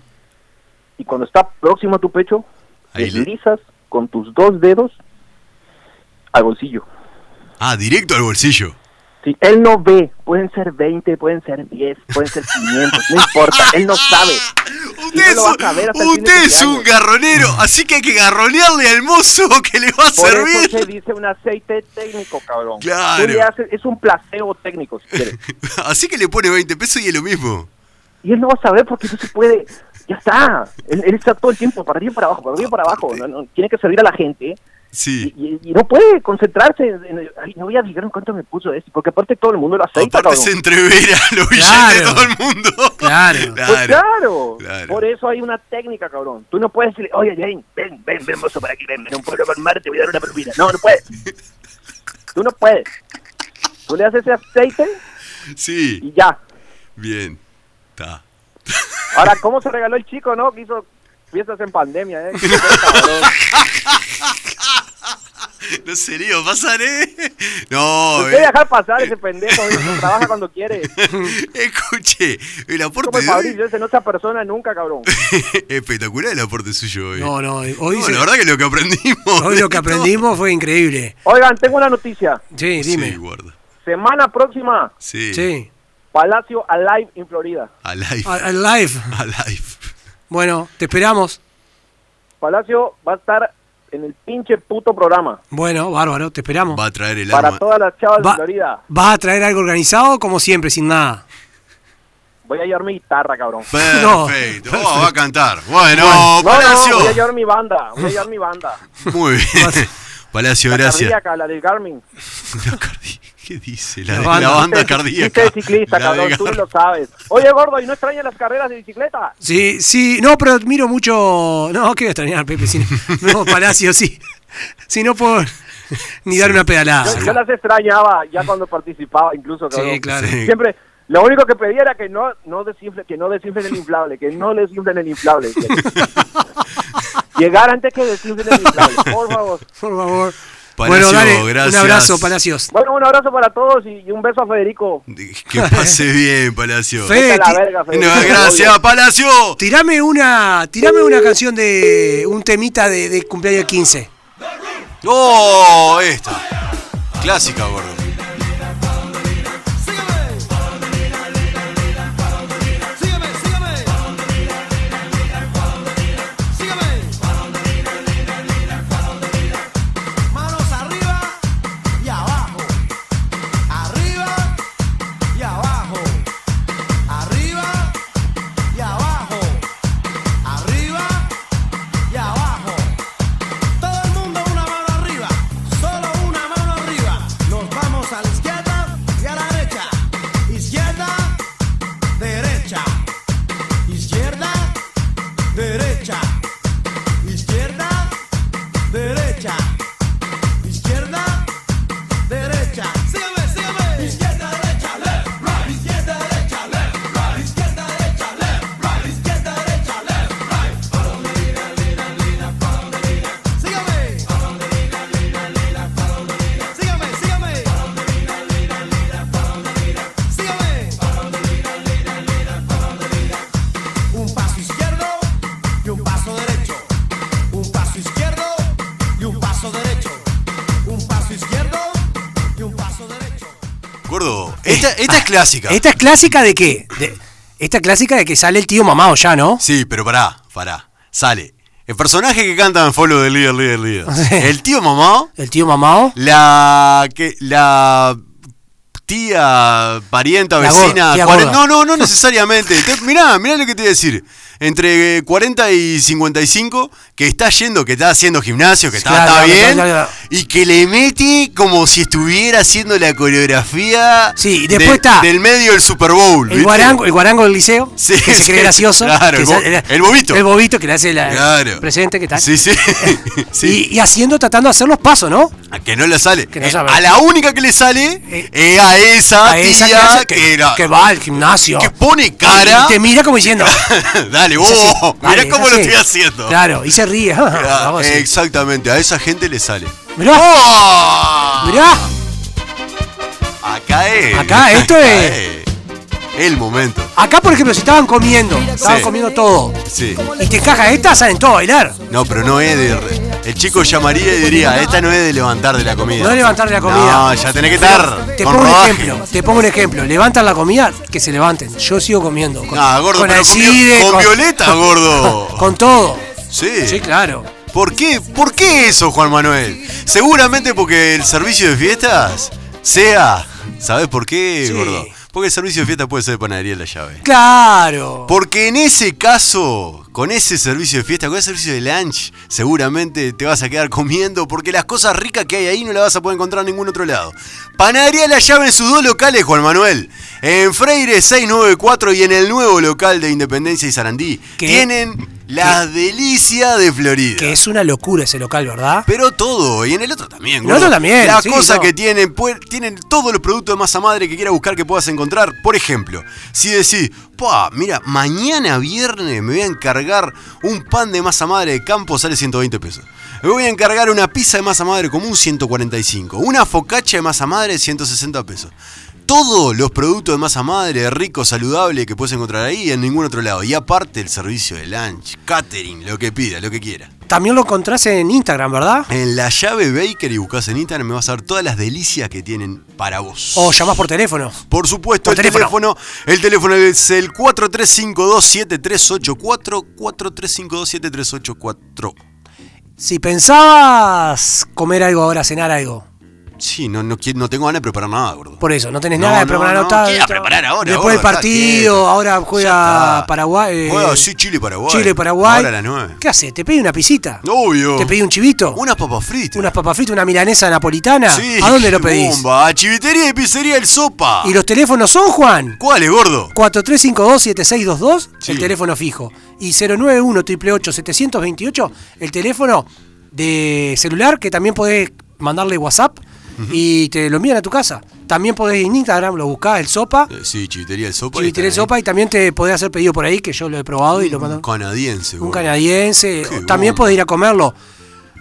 [SPEAKER 7] y cuando está próximo a tu pecho,
[SPEAKER 4] Ahí le-
[SPEAKER 7] deslizas con tus dos dedos al bolsillo.
[SPEAKER 4] Ah, directo al bolsillo.
[SPEAKER 7] Si él no ve, pueden ser 20, pueden ser 10, pueden ser 500, no importa, él no sabe.
[SPEAKER 4] Ah, Usted es,
[SPEAKER 7] lo vas a ver hasta el
[SPEAKER 4] usted
[SPEAKER 7] fin de
[SPEAKER 4] es un
[SPEAKER 7] cumpleaños.
[SPEAKER 4] garronero, así que hay que garronearle al mozo que le va a
[SPEAKER 7] Por
[SPEAKER 4] servir.
[SPEAKER 7] eso se dice un aceite técnico, cabrón.
[SPEAKER 4] Claro.
[SPEAKER 7] Tú le haces- es un placebo técnico, si quieres.
[SPEAKER 4] Así que le pone 20 pesos y es lo mismo.
[SPEAKER 7] Y él no va a saber porque no se puede. Ya está. Él, él está todo el tiempo para arriba y para abajo, para arriba y para abajo. No, no, tiene que servir a la gente. ¿eh?
[SPEAKER 4] Sí.
[SPEAKER 7] Y, y- y no puede concentrarse. en- en- ay, no voy a fijar en cuánto me puso este. Porque aparte todo el mundo lo aceita,
[SPEAKER 4] Aparte
[SPEAKER 7] cabrón.
[SPEAKER 4] se entrevera a los billetes
[SPEAKER 5] Claro.
[SPEAKER 4] de todo el mundo.
[SPEAKER 5] Claro.
[SPEAKER 7] Pues claro.
[SPEAKER 4] claro.
[SPEAKER 7] Por eso hay una técnica, cabrón. Tú no puedes decirle, oye, Jane, ven, ven, ven, mozo, para aquí, ven, ven, a un pueblo con mar, te voy a dar una propina. No, no puedes. Tú no puedes. Tú le haces ese aceite
[SPEAKER 4] Sí,
[SPEAKER 7] y ya.
[SPEAKER 4] bien. Está.
[SPEAKER 7] Ahora, ¿cómo se regaló el chico, no? Que hizo fiestas en pandemia, ¿eh? Qué cabrón.
[SPEAKER 4] No serio, pasaré. No,
[SPEAKER 7] Usted
[SPEAKER 4] eh,
[SPEAKER 7] dejar pasar ese pendejo, hijo, trabaja cuando quiere.
[SPEAKER 4] escuche, el
[SPEAKER 7] Como
[SPEAKER 4] aporte
[SPEAKER 7] el
[SPEAKER 4] de hoy-
[SPEAKER 7] Fabricio, ese no se persona nunca, cabrón.
[SPEAKER 4] espectacular el aporte suyo hoy.
[SPEAKER 5] No, no. eh, Hoy,
[SPEAKER 4] No,
[SPEAKER 5] se-
[SPEAKER 4] la verdad que lo que aprendimos.
[SPEAKER 5] hoy
[SPEAKER 4] de
[SPEAKER 5] lo que
[SPEAKER 4] todo-
[SPEAKER 5] aprendimos fue increíble.
[SPEAKER 7] Oigan, tengo una noticia.
[SPEAKER 5] Sí,
[SPEAKER 4] Sí,
[SPEAKER 5] dime.
[SPEAKER 4] guarda.
[SPEAKER 7] Semana próxima,
[SPEAKER 4] Sí.
[SPEAKER 5] Sí. Ah.
[SPEAKER 7] Palacio Alive en Florida.
[SPEAKER 4] Alive.
[SPEAKER 5] Al- al live.
[SPEAKER 4] Alive.
[SPEAKER 5] Bueno, te esperamos.
[SPEAKER 7] Palacio va a estar en el pinche puto programa.
[SPEAKER 5] Bueno, bárbaro, te esperamos.
[SPEAKER 4] Va a traer el
[SPEAKER 7] Para
[SPEAKER 4] arma.
[SPEAKER 7] todas las chavas
[SPEAKER 5] Va-
[SPEAKER 7] de Florida.
[SPEAKER 5] ¿Vas a traer algo organizado como siempre, sin nada?
[SPEAKER 7] Voy a llevar mi guitarra, cabrón.
[SPEAKER 5] No.
[SPEAKER 4] Perfecto. Oh, va a cantar. Bueno,
[SPEAKER 7] No, no,
[SPEAKER 4] Oh, Palacio.
[SPEAKER 7] voy a llevar mi banda. Voy a llevar mi banda.
[SPEAKER 4] Muy bien. Palacio,
[SPEAKER 7] La
[SPEAKER 4] gracias.
[SPEAKER 7] cardíaca, la del Garmin.
[SPEAKER 4] La cardi- ¿Qué dice? La,
[SPEAKER 5] La
[SPEAKER 4] de-
[SPEAKER 5] banda.
[SPEAKER 4] la banda
[SPEAKER 7] Usted es
[SPEAKER 4] cardíaca.
[SPEAKER 7] usted es ciclista,
[SPEAKER 4] La de
[SPEAKER 7] cabrón. Tú
[SPEAKER 4] Gar-
[SPEAKER 7] lo sabes. Oye, gordo, ¿y no extrañas las carreras de bicicleta?
[SPEAKER 5] Sí, sí, no, pero admiro mucho. No, que voy a extrañar, Pepe. Si no, no, Palacio, sí. Si no puedo ni dar una
[SPEAKER 4] Ah,
[SPEAKER 5] pedalada.
[SPEAKER 7] Yo, yo las extrañaba ya cuando participaba, incluso, cabrón.
[SPEAKER 5] Sí, claro.
[SPEAKER 4] Sí.
[SPEAKER 7] Siempre, lo único que pedía era que no, no desinfle, que no desinflen el inflable, que no desinflen el inflable. Llegar antes que desinflen el inflable, por favor.
[SPEAKER 5] Por favor.
[SPEAKER 4] Palacio,
[SPEAKER 5] bueno, dale.
[SPEAKER 4] gracias.
[SPEAKER 5] Un abrazo, Palacios.
[SPEAKER 7] Bueno, un abrazo para todos y, y un beso a Federico.
[SPEAKER 4] Que pase bien, Palacio.
[SPEAKER 5] Fe-
[SPEAKER 7] Vete a
[SPEAKER 5] ti-
[SPEAKER 7] la verga,
[SPEAKER 4] No,
[SPEAKER 7] Federico.
[SPEAKER 4] gracias, Palacio.
[SPEAKER 5] Tirame una, tirame una canción de un temita de, de cumpleaños 15.
[SPEAKER 4] Oh, esta. Clásica, gordo.
[SPEAKER 3] Sígueme, sígueme, sígueme, sígueme. Manos arriba y abajo, arriba y abajo, arriba y abajo, arriba y abajo. Todo el mundo una mano arriba, solo una mano arriba. Nos vamos a la izquierda y a la derecha. Izquierda, derecha. Izquierda, derecha. Izquierda, derecha. Izquierda, derecha. Sígueme, sígueme. Izquierda, derecha, left, right. Izquierda, derecha, left, right. Izquierda, derecha, left, right. Izquierda, derecha, left, right. Sígame. Sígame, sígame. Sígame. Un paso izquierdo y un paso derecho. Un paso izquierdo y un paso derecho. Un paso izquierdo y un paso derecho.
[SPEAKER 4] Gordo, esta, esta es clásica.
[SPEAKER 5] Esta es clásica de qué? De- esta es clásica de que sale el tío mamado ya, ¿no?
[SPEAKER 4] Sí, pero pará, pará. Sale. El personaje que canta en Follow the Leader, Leader, Leader. El tío mamado.
[SPEAKER 5] El tío mamado.
[SPEAKER 4] La que la tía, parienta,
[SPEAKER 5] La
[SPEAKER 4] vecina.
[SPEAKER 5] gorda, tía
[SPEAKER 4] cuare-
[SPEAKER 5] gorda.
[SPEAKER 4] No, no, no necesariamente. Te- mirá, mirá lo que te voy a decir. entre eh, 40 y 55 que está yendo, que está haciendo gimnasio, que está,
[SPEAKER 5] Claro,
[SPEAKER 4] está
[SPEAKER 5] claro,
[SPEAKER 4] bien,
[SPEAKER 5] claro, claro.
[SPEAKER 4] y que le mete como si estuviera haciendo la coreografía
[SPEAKER 5] Sí, y después está-
[SPEAKER 4] del medio del Super Bowl.
[SPEAKER 5] El
[SPEAKER 4] ¿viste?
[SPEAKER 5] guarango, el guarango del liceo,
[SPEAKER 4] Sí,
[SPEAKER 5] que se
[SPEAKER 4] sí,
[SPEAKER 5] cree gracioso.
[SPEAKER 4] claro,
[SPEAKER 5] que
[SPEAKER 4] el
[SPEAKER 5] sa-
[SPEAKER 4] bo- el bobito.
[SPEAKER 5] El bobito que le hace la
[SPEAKER 4] Claro.
[SPEAKER 5] presente, que tal.
[SPEAKER 4] Sí, sí. sí.
[SPEAKER 5] Y, y haciendo, tratando de hacer los pasos, ¿no?
[SPEAKER 4] A que no le sale.
[SPEAKER 5] Que no
[SPEAKER 4] Eh,
[SPEAKER 5] sabe.
[SPEAKER 4] a la única que le sale
[SPEAKER 5] Eh,
[SPEAKER 4] es a esa
[SPEAKER 5] A esa que,
[SPEAKER 4] Ah, tía
[SPEAKER 5] hace-
[SPEAKER 4] que,
[SPEAKER 5] que-
[SPEAKER 4] era-
[SPEAKER 5] que Ah, va al gimnasio.
[SPEAKER 4] que pone cara.
[SPEAKER 5] Y te mira como diciendo. "Ah,
[SPEAKER 4] Dale, vos,
[SPEAKER 5] "Es así, dale,
[SPEAKER 4] mirá
[SPEAKER 5] es
[SPEAKER 4] cómo lo
[SPEAKER 5] así".
[SPEAKER 4] estoy haciendo.
[SPEAKER 5] Claro, y se ríe.
[SPEAKER 4] Ah,
[SPEAKER 5] Vamos, sí.
[SPEAKER 4] exactamente, a esa gente le sale.
[SPEAKER 5] Mirá,
[SPEAKER 4] ¡Oh!
[SPEAKER 5] mirá.
[SPEAKER 4] Acá es.
[SPEAKER 5] Acá, esto es-
[SPEAKER 4] El momento.
[SPEAKER 5] Acá, por ejemplo, si estaban comiendo, estaban
[SPEAKER 4] Sí.
[SPEAKER 5] comiendo todo.
[SPEAKER 4] Sí.
[SPEAKER 5] Y te encaja esta, salen todos a bailar.
[SPEAKER 4] No, pero no es de. El chico llamaría y diría: Esta no es de levantar de la comida.
[SPEAKER 5] No es levantar de la comida.
[SPEAKER 4] No, ya tenés que estar.
[SPEAKER 5] Te
[SPEAKER 4] con
[SPEAKER 5] pongo un
[SPEAKER 4] rodaje.
[SPEAKER 5] ejemplo, te pongo un ejemplo. Levantan la comida, que se levanten. Yo sigo comiendo. Con,
[SPEAKER 4] Ah, gordo,
[SPEAKER 5] con
[SPEAKER 4] pero
[SPEAKER 5] Alcide,
[SPEAKER 4] con, con
[SPEAKER 5] con-
[SPEAKER 4] Violeta, gordo.
[SPEAKER 5] Con todo.
[SPEAKER 4] Sí.
[SPEAKER 5] Sí, claro.
[SPEAKER 4] ¿Por qué? ¿Por qué eso, Juan Manuel? Seguramente porque el servicio de fiestas sea. ¿Sabes por qué,
[SPEAKER 5] Sí.
[SPEAKER 4] gordo? Porque el servicio de fiestas puede ser de panadería en la llave.
[SPEAKER 5] Claro.
[SPEAKER 4] Porque en ese caso, con ese servicio de fiesta, con ese servicio de lunch, seguramente te vas a quedar comiendo porque las cosas ricas que hay ahí no las vas a poder encontrar en ningún otro lado. Panadería La Llave en sus dos locales, Juan Manuel. En Freire 694 y en el nuevo local de Independencia y Sarandí.
[SPEAKER 5] ¿Qué?
[SPEAKER 4] Tienen la delicia de Florida.
[SPEAKER 5] Que es una locura ese local, ¿verdad?
[SPEAKER 4] Pero todo, y en el otro también.
[SPEAKER 5] El
[SPEAKER 4] gordo.
[SPEAKER 5] otro también,
[SPEAKER 4] Las
[SPEAKER 5] sí,
[SPEAKER 4] cosas
[SPEAKER 5] no.
[SPEAKER 4] que tienen, pue- tienen todos los productos de masa madre que quieras buscar que puedas encontrar. Por ejemplo, si decís, pa, mira, mañana viernes me voy a encargar un pan de masa madre de campo, sale 120 pesos. Me voy a encargar una pizza de masa madre común, 145. Una focacha de masa madre, 160 pesos. Todos los productos de masa madre, rico, saludable, que puedes encontrar ahí y en ningún otro lado. Y aparte el servicio de lunch, catering, lo que pida, lo que quiera.
[SPEAKER 5] También lo encontrás en Instagram, ¿verdad?
[SPEAKER 4] En la llave Baker y buscas en Instagram, me vas a ver todas las delicias que tienen para vos.
[SPEAKER 5] O llamás por teléfono.
[SPEAKER 4] por supuesto,
[SPEAKER 5] por
[SPEAKER 4] el teléfono.
[SPEAKER 5] teléfono.
[SPEAKER 4] el teléfono es el 43527384, 43527384.
[SPEAKER 5] Si pensabas comer algo ahora, cenar algo.
[SPEAKER 4] Sí, no, no, qui- no tengo ganas de preparar nada, gordo.
[SPEAKER 5] Por eso, no tenés
[SPEAKER 4] No,
[SPEAKER 5] nada de
[SPEAKER 4] no,
[SPEAKER 5] preparar
[SPEAKER 4] no,
[SPEAKER 5] anotada,
[SPEAKER 4] ¿qué iba a
[SPEAKER 5] esto.
[SPEAKER 4] preparar ahora,
[SPEAKER 5] Después
[SPEAKER 4] gordo?
[SPEAKER 5] del
[SPEAKER 4] Está quieto.
[SPEAKER 5] partido, ahora
[SPEAKER 4] Ya
[SPEAKER 5] juega
[SPEAKER 4] está.
[SPEAKER 5] Paraguay. eh,
[SPEAKER 4] Juega, sí, Chile y Paraguay.
[SPEAKER 5] Chile, Paraguay.
[SPEAKER 4] Ahora a las 9.
[SPEAKER 5] ¿Qué hace? ¿Te pedí una pisita?
[SPEAKER 4] Obvio.
[SPEAKER 5] ¿Te pedí un chivito?
[SPEAKER 4] Unas papas fritas.
[SPEAKER 5] ¿Unas papas fritas? ¿Una milanesa napolitana?
[SPEAKER 4] Sí,
[SPEAKER 5] ¿A dónde lo
[SPEAKER 4] qué
[SPEAKER 5] pedís?
[SPEAKER 4] Bomba, a chivitería y pizzería El Sopa.
[SPEAKER 5] ¿Y los teléfonos son, Juan?
[SPEAKER 4] ¿Cuál es, gordo?
[SPEAKER 5] 4352-7622,
[SPEAKER 4] Sí.
[SPEAKER 5] el teléfono fijo. Y 091-888-728, el teléfono de celular que también podés mandarle WhatsApp y te lo envían a tu casa. También podés en Instagram, lo buscás, el sopa,
[SPEAKER 4] Eh, Sí, chivitería El Sopa.
[SPEAKER 5] y
[SPEAKER 4] ahí están
[SPEAKER 5] tiré el
[SPEAKER 4] ahí.
[SPEAKER 5] sopa y también te podés hacer pedido por ahí, que yo lo he probado y lo mando.
[SPEAKER 4] Un canadiense,
[SPEAKER 5] Un
[SPEAKER 4] gordo.
[SPEAKER 5] canadiense,
[SPEAKER 4] Qué
[SPEAKER 5] también
[SPEAKER 4] bomba.
[SPEAKER 5] podés ir a comerlo.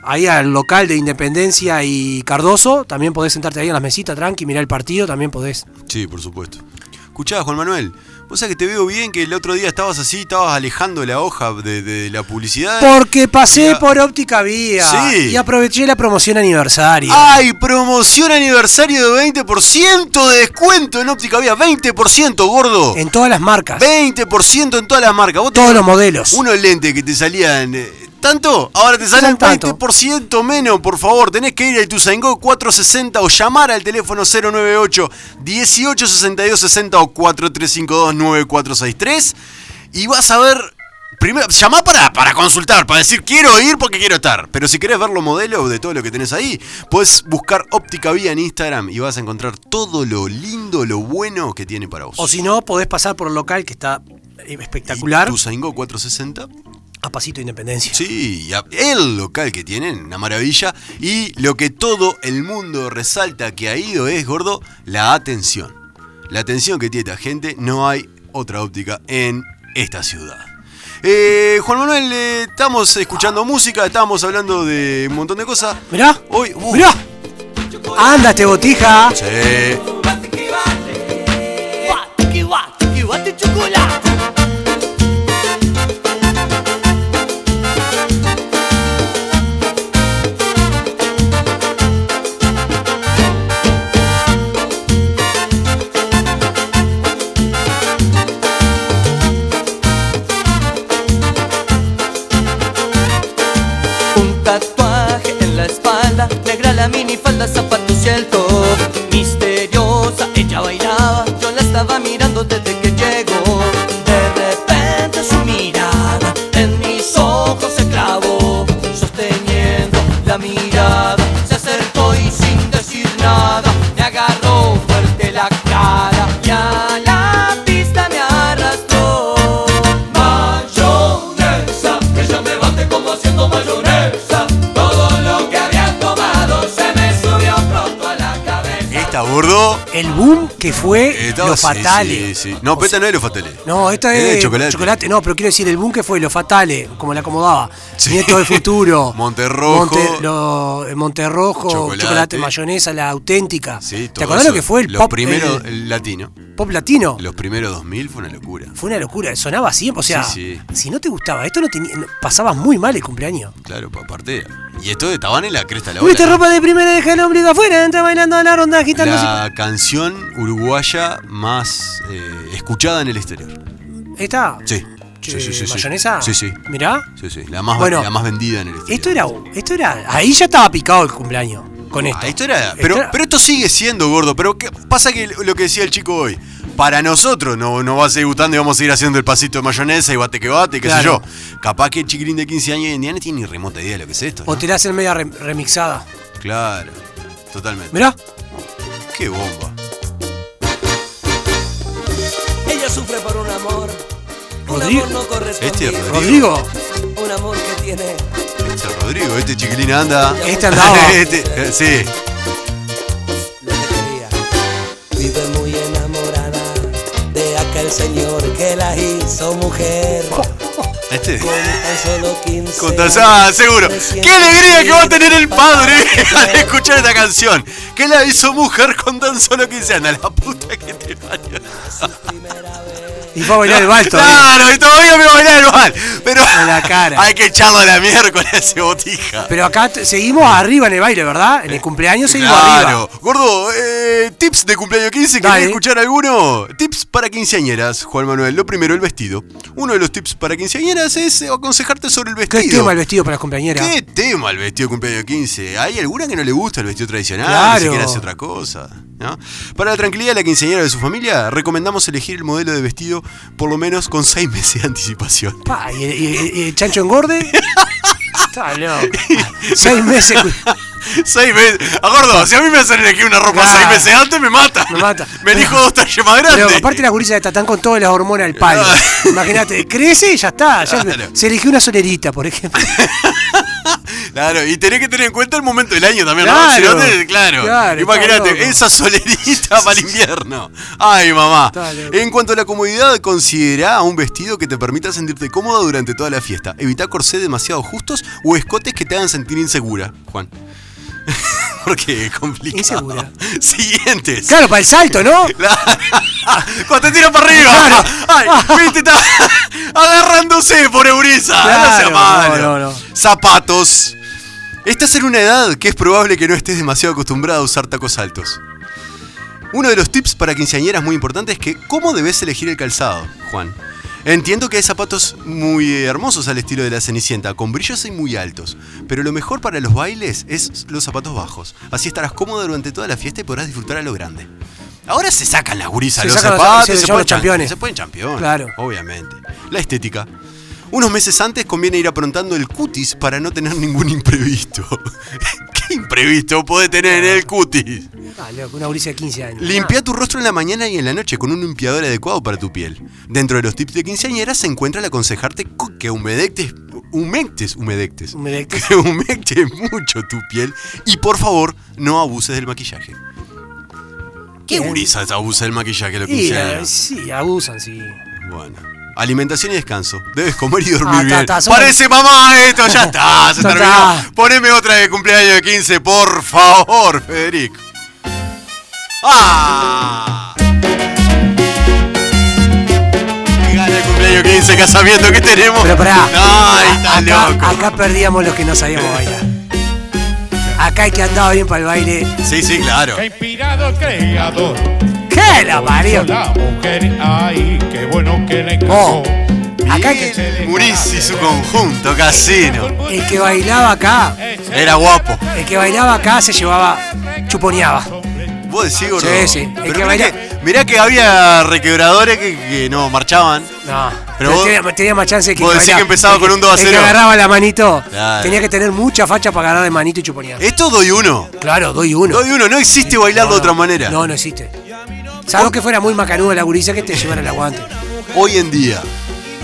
[SPEAKER 5] Ahí al local de Independencia y Cardoso, también podés sentarte ahí en las mesitas tranqui, mirar el partido, también podés.
[SPEAKER 4] Sí, por supuesto. Escuchá, Juan Manuel, vos sabés que te veo bien que el otro día estabas así, estabas alejando la hoja de, de la publicidad.
[SPEAKER 5] Porque pasé
[SPEAKER 4] Ah, Mira.
[SPEAKER 5] por óptica vía
[SPEAKER 4] Sí. Ah.
[SPEAKER 5] y aproveché la promoción aniversario.
[SPEAKER 4] ¡Ay! Promoción aniversario de 20% de descuento en óptica vía. 20%, gordo.
[SPEAKER 5] En todas las marcas,
[SPEAKER 4] 20% en todas las marcas. Vos
[SPEAKER 5] todos
[SPEAKER 4] tenés
[SPEAKER 5] los modelos.
[SPEAKER 4] Unos lentes que te salían. eh, ¿Tanto? Ahora te salen
[SPEAKER 5] Eran tanto.
[SPEAKER 4] 20% menos, por favor. Tenés que ir a Ituzaingó 460 o llamar al teléfono 098 1862 60 o 4352 9463. Y vas a ver. Primero, llamá para, para consultar, para decir quiero ir porque quiero estar. Pero si querés ver los modelos de todo lo que tenés ahí, puedes buscar Óptica Vía en Instagram y vas a encontrar todo lo lindo, lo bueno que tiene para vos.
[SPEAKER 5] O si no, podés pasar por el local que está eh, espectacular,
[SPEAKER 4] Ituzaingó 460.
[SPEAKER 5] a Pasito Independencia.
[SPEAKER 4] Sí, y a- el local que tienen, una maravilla. Y lo que todo el mundo resalta que ha ido es, gordo, la atención. La atención que tiene esta gente, no hay otra óptica en esta ciudad. Eh, Juan Manuel, eh, estamos escuchando música, estamos hablando de un montón de cosas.
[SPEAKER 5] Mirá,
[SPEAKER 4] Hoy, uh,
[SPEAKER 5] mirá. Ándate, botija.
[SPEAKER 4] Sí.
[SPEAKER 6] Un tatuaje en la espalda, negra la minifalda, zapatos y el top. Misteriosa, ella bailaba, yo la estaba mirando desde que llegó. De repente su mirada
[SPEAKER 4] Pero.
[SPEAKER 5] El boom que fue
[SPEAKER 4] Estaba-
[SPEAKER 5] Los
[SPEAKER 4] Eh, sí,
[SPEAKER 5] Fatales.
[SPEAKER 4] sí, sí. No, Peta no es Los Fatales.
[SPEAKER 5] No, esta
[SPEAKER 4] Es
[SPEAKER 5] es,
[SPEAKER 4] de chocolate.
[SPEAKER 5] No, pero quiero decir, el boom que fue Los Fatales, como la acomodaba. Nieto del Futuro.
[SPEAKER 4] Monterrojo.
[SPEAKER 5] Monte- lo- eh, Monterrojo,
[SPEAKER 4] Chocolate.
[SPEAKER 5] chocolate. mayonesa, la auténtica.
[SPEAKER 4] Sí, todo
[SPEAKER 5] ¿Te acordás
[SPEAKER 4] eso.
[SPEAKER 5] lo que fue el
[SPEAKER 4] Los
[SPEAKER 5] pop,
[SPEAKER 4] primeros, eh,
[SPEAKER 5] el
[SPEAKER 4] el latino.
[SPEAKER 5] pop latino?
[SPEAKER 4] Los primeros 2000 fue una locura.
[SPEAKER 5] Fue una locura, sonaba siempre, o sea,
[SPEAKER 4] Sí, sí.
[SPEAKER 5] si no te gustaba, esto no tenía, no- pasabas muy mal el cumpleaños.
[SPEAKER 4] Claro, pa- aparte. Y esto de Tabán en la cresta de la
[SPEAKER 5] Viste
[SPEAKER 4] ola.
[SPEAKER 5] ropa de primera, deja el ombligo afuera, entra bailando a la ronda, agitando.
[SPEAKER 4] La canción uruguaya más eh, escuchada en el exterior.
[SPEAKER 5] Está,
[SPEAKER 4] Sí. Sí, sí, sí, sí.
[SPEAKER 5] mayonesa.
[SPEAKER 4] Sí, sí.
[SPEAKER 5] mirá,
[SPEAKER 4] Sí, sí. La más,
[SPEAKER 5] Bueno.
[SPEAKER 4] la más vendida en el exterior.
[SPEAKER 5] esto era, esto era, ahí ya estaba picado el cumpleaños, con esto.
[SPEAKER 4] Ah, esto era- pero,
[SPEAKER 5] Esto era-
[SPEAKER 4] pero esto sigue siendo gordo. Pero ¿qué pasa que lo que decía el chico hoy. Para nosotros no, no va a seguir gustando y vamos a seguir haciendo el pasito de mayonesa y bate que bate, qué sé
[SPEAKER 5] Claro.
[SPEAKER 4] yo. Capaz que el chiquilín de 15 años hoy en día no tiene ni remota idea de lo que es esto. ¿no?
[SPEAKER 5] O te la hacen media rem- remixada.
[SPEAKER 4] Claro, totalmente.
[SPEAKER 5] Mirá,
[SPEAKER 4] Qué bomba.
[SPEAKER 6] Ella sufre por un amor,
[SPEAKER 5] Rodrigo.
[SPEAKER 6] no
[SPEAKER 4] Este es
[SPEAKER 6] correspondido.
[SPEAKER 4] Rodrigo.
[SPEAKER 5] Rodrigo.
[SPEAKER 6] Un amor que tiene
[SPEAKER 4] Este es Rodrigo, este chiquilín anda.
[SPEAKER 5] Este andaba.
[SPEAKER 4] Este- eh, sí.
[SPEAKER 6] alegría. Vive muy enamorada de aquel señor que la hizo mujer.
[SPEAKER 4] Este.
[SPEAKER 6] Tan solo 15
[SPEAKER 4] Con Tarzán, seguro. ¡Qué alegría que va a tener el padre al escuchar esta canción! Que la hizo mujer con tan solo 15 años. La puta que te parió.
[SPEAKER 5] y fue a bailar el balto.
[SPEAKER 4] Claro, y todavía me va a bailar el bal. Pero
[SPEAKER 5] En la cara.
[SPEAKER 4] hay que echarlo a la miércoles ese botija.
[SPEAKER 5] Pero acá t- seguimos arriba en el baile, ¿verdad? En el cumpleaños seguimos arriba.
[SPEAKER 4] Claro. Gordo, eh, tips de cumpleaños 15, ¿querés
[SPEAKER 5] Dale.
[SPEAKER 4] escuchar alguno? Tips para quinceañeras, Juan Manuel. Lo primero, el vestido. Uno de los tips para quinceañeras es eh, aconsejarte sobre el
[SPEAKER 5] ¿Qué
[SPEAKER 4] vestido.
[SPEAKER 5] tema el vestido para las compañeras?
[SPEAKER 4] ¿Qué tema el vestido de cumpleaños 15? Hay alguna que no le gusta el vestido tradicional,
[SPEAKER 5] Claro.
[SPEAKER 4] ni siquiera hace otra cosa. ¿no? Para la tranquilidad de la quinceañera de su familia, recomendamos elegir el modelo de vestido por lo menos con seis meses de anticipación.
[SPEAKER 5] Pa, ¿y, el- y el- y el chancho engorde? Está loco. Seis meses cu-
[SPEAKER 4] seis meses. A gordo, si a mí me hacen elegir una ropa
[SPEAKER 5] Claro.
[SPEAKER 4] seis meses antes, me mata.
[SPEAKER 5] Me mata.
[SPEAKER 4] Me elijo dos talles más
[SPEAKER 5] Pero
[SPEAKER 4] grandes.
[SPEAKER 5] aparte las gurisas de Tatán con todas las hormonas al palo. Imagínate, crece y ya está. ya-
[SPEAKER 4] Claro.
[SPEAKER 5] Se eligió una solerita, por ejemplo.
[SPEAKER 4] Claro, y tenés que tener en cuenta el momento del año también, ¿no?
[SPEAKER 5] Claro.
[SPEAKER 4] Si no tenés- claro.
[SPEAKER 5] Claro, está
[SPEAKER 4] Imagínate,
[SPEAKER 5] loco.
[SPEAKER 4] esa solerita para el invierno. Ay, mamá.
[SPEAKER 5] Está loco.
[SPEAKER 4] En cuanto a la comodidad, considera un vestido que te permita sentirte cómoda durante toda la fiesta. Evita corsés demasiado justos o escotes que te hagan sentir insegura, Juan. Porque es complicado.
[SPEAKER 5] Insegura.
[SPEAKER 4] Siguientes.
[SPEAKER 5] Claro, para el salto, ¿no?
[SPEAKER 4] Cuando te tiran para arriba.
[SPEAKER 5] Claro.
[SPEAKER 4] Ay, viste, está agarrándose por Eurisa. no sea
[SPEAKER 5] Claro,
[SPEAKER 4] malo.
[SPEAKER 5] no, no, no.
[SPEAKER 4] Zapatos. Estás en una edad que es probable que no estés demasiado acostumbrado a usar tacos altos. Uno de los tips para quinceañeras muy importantes es que cómo debes elegir el calzado, Juan. Entiendo que hay zapatos muy eh, hermosos al estilo de la Cenicienta, con brillos y muy altos, pero lo mejor para los bailes es los zapatos bajos. Así estarás cómodo durante toda la fiesta y podrás disfrutar a lo grande. Ahora se sacan las gurisas,
[SPEAKER 5] Se
[SPEAKER 4] los
[SPEAKER 5] sacan los
[SPEAKER 4] zapatos,
[SPEAKER 5] zapatos,
[SPEAKER 4] y
[SPEAKER 5] se
[SPEAKER 4] se,
[SPEAKER 5] llaman
[SPEAKER 4] ponen
[SPEAKER 5] los
[SPEAKER 4] campeones.
[SPEAKER 5] championes.
[SPEAKER 4] Se ponen campeones,
[SPEAKER 5] Claro.
[SPEAKER 4] obviamente. La estética. Unos meses antes conviene ir aprontando el cutis para no tener ningún imprevisto. ¿Qué imprevisto puede tener en el cutis?
[SPEAKER 5] Ah, loco, una gurisa de 15 años.
[SPEAKER 4] Limpia tu rostro en la mañana y en la noche con un limpiador adecuado para tu piel. Dentro de los tips de quinceañera se encuentra el aconsejarte cu- que humedectes, humectes, humedectes,
[SPEAKER 5] Humedectes.
[SPEAKER 4] que humectes mucho tu piel y por favor no abuses del maquillaje. ¿Qué
[SPEAKER 5] Bien.
[SPEAKER 4] gurisa abusa del maquillaje lo
[SPEAKER 5] Y,
[SPEAKER 4] quinceañera?
[SPEAKER 5] eh, sí, abusan, sí.
[SPEAKER 4] Bueno. Alimentación y descanso. Debes comer y dormir
[SPEAKER 5] Ah, ta,
[SPEAKER 4] bien.
[SPEAKER 5] ta, somos-
[SPEAKER 4] Parece mamá esto, ya está, se
[SPEAKER 5] Ta,
[SPEAKER 4] terminó.
[SPEAKER 5] ta.
[SPEAKER 4] Poneme otra de cumpleaños de 15, por favor, Federico. ¡Ah! Qué gana el cumpleaños 15, casamiento que tenemos.
[SPEAKER 5] Pero pará. Ah,
[SPEAKER 4] Ay, está
[SPEAKER 5] acá,
[SPEAKER 4] loco.
[SPEAKER 5] acá perdíamos los que no sabíamos bailar. Acá hay que andaba bien para el baile.
[SPEAKER 4] Sí, sí, claro.
[SPEAKER 11] Inspirado, creador.
[SPEAKER 5] ¡Qué la parió!
[SPEAKER 11] Hizo La mujer, ay, qué bueno que le
[SPEAKER 5] Oh,
[SPEAKER 11] encajó.
[SPEAKER 5] acá hay que-
[SPEAKER 4] Muriz y su conjunto, casino.
[SPEAKER 5] El que bailaba acá,
[SPEAKER 4] Era guapo.
[SPEAKER 5] el que bailaba acá se llevaba, chuponeaba.
[SPEAKER 4] Vos decís, gordo.
[SPEAKER 5] Sí, sí, hay
[SPEAKER 4] Pero
[SPEAKER 5] que
[SPEAKER 4] mirá,
[SPEAKER 5] bailar.
[SPEAKER 4] que, mirá que había requebradores que- que no marchaban.
[SPEAKER 5] No,
[SPEAKER 4] Pero
[SPEAKER 5] pero
[SPEAKER 4] vos-
[SPEAKER 5] tenía, tenía más chance que
[SPEAKER 4] vos decís
[SPEAKER 5] bailaba.
[SPEAKER 4] que empezaba
[SPEAKER 5] El
[SPEAKER 4] con un 2 a
[SPEAKER 5] El
[SPEAKER 4] 0.
[SPEAKER 5] que agarraba la manito,
[SPEAKER 4] Claro.
[SPEAKER 5] tenía que tener mucha facha para agarrar de manito y chuponear.
[SPEAKER 4] Esto doy uno.
[SPEAKER 5] Claro, doy uno.
[SPEAKER 4] Doy uno, no existe bailar de otra manera.
[SPEAKER 5] No, no existe. Salvo que fuera muy macanuda la gurisa que te llevara el aguante.
[SPEAKER 4] Hoy en día,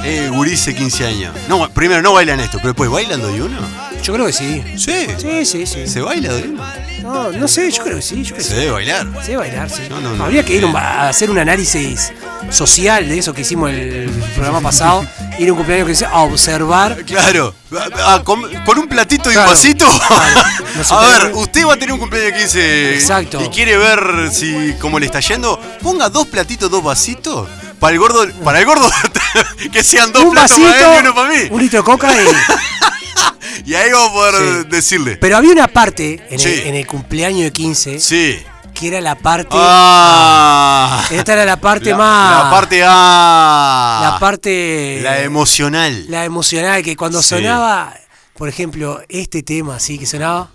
[SPEAKER 4] eh, gurice 15 años. No, primero no bailan esto, pero después bailan doy uno.
[SPEAKER 5] Yo creo que sí.
[SPEAKER 4] Sí.
[SPEAKER 5] Sí, sí, sí.
[SPEAKER 4] ¿Se baila doy uno?
[SPEAKER 5] Está No, no sé, yo creo que sí. Yo creo que
[SPEAKER 4] Se debe bailar.
[SPEAKER 5] Se debe bailar, sí.
[SPEAKER 4] No, no, no.
[SPEAKER 5] Habría que ir a un ba- a hacer un análisis social de eso que hicimos el programa pasado. ir a un cumpleaños que dice a observar.
[SPEAKER 4] Claro, a- a- con, con un platito y un vasito. a ver, usted va a tener un cumpleaños de 15
[SPEAKER 5] Exacto.
[SPEAKER 4] y quiere ver si cómo le está yendo. Ponga dos platitos, dos vasitos. Para el gordo, para el gordo que sean dos
[SPEAKER 5] un
[SPEAKER 4] platos
[SPEAKER 5] vasito,
[SPEAKER 4] para él y uno para mí.
[SPEAKER 5] un litro de coca y.
[SPEAKER 4] Y ahí vamos a poder decirle.
[SPEAKER 5] Pero había una parte en,
[SPEAKER 4] Sí.
[SPEAKER 5] el, en el cumpleaños de 15
[SPEAKER 4] Sí.
[SPEAKER 5] que era la parte.
[SPEAKER 4] Ah.
[SPEAKER 5] Esta era la parte
[SPEAKER 4] La-
[SPEAKER 5] más.
[SPEAKER 4] La parte A.
[SPEAKER 5] La parte-
[SPEAKER 4] La emocional.
[SPEAKER 5] La emocional, que cuando
[SPEAKER 4] Sí.
[SPEAKER 5] sonaba, por ejemplo, este tema así que sonaba.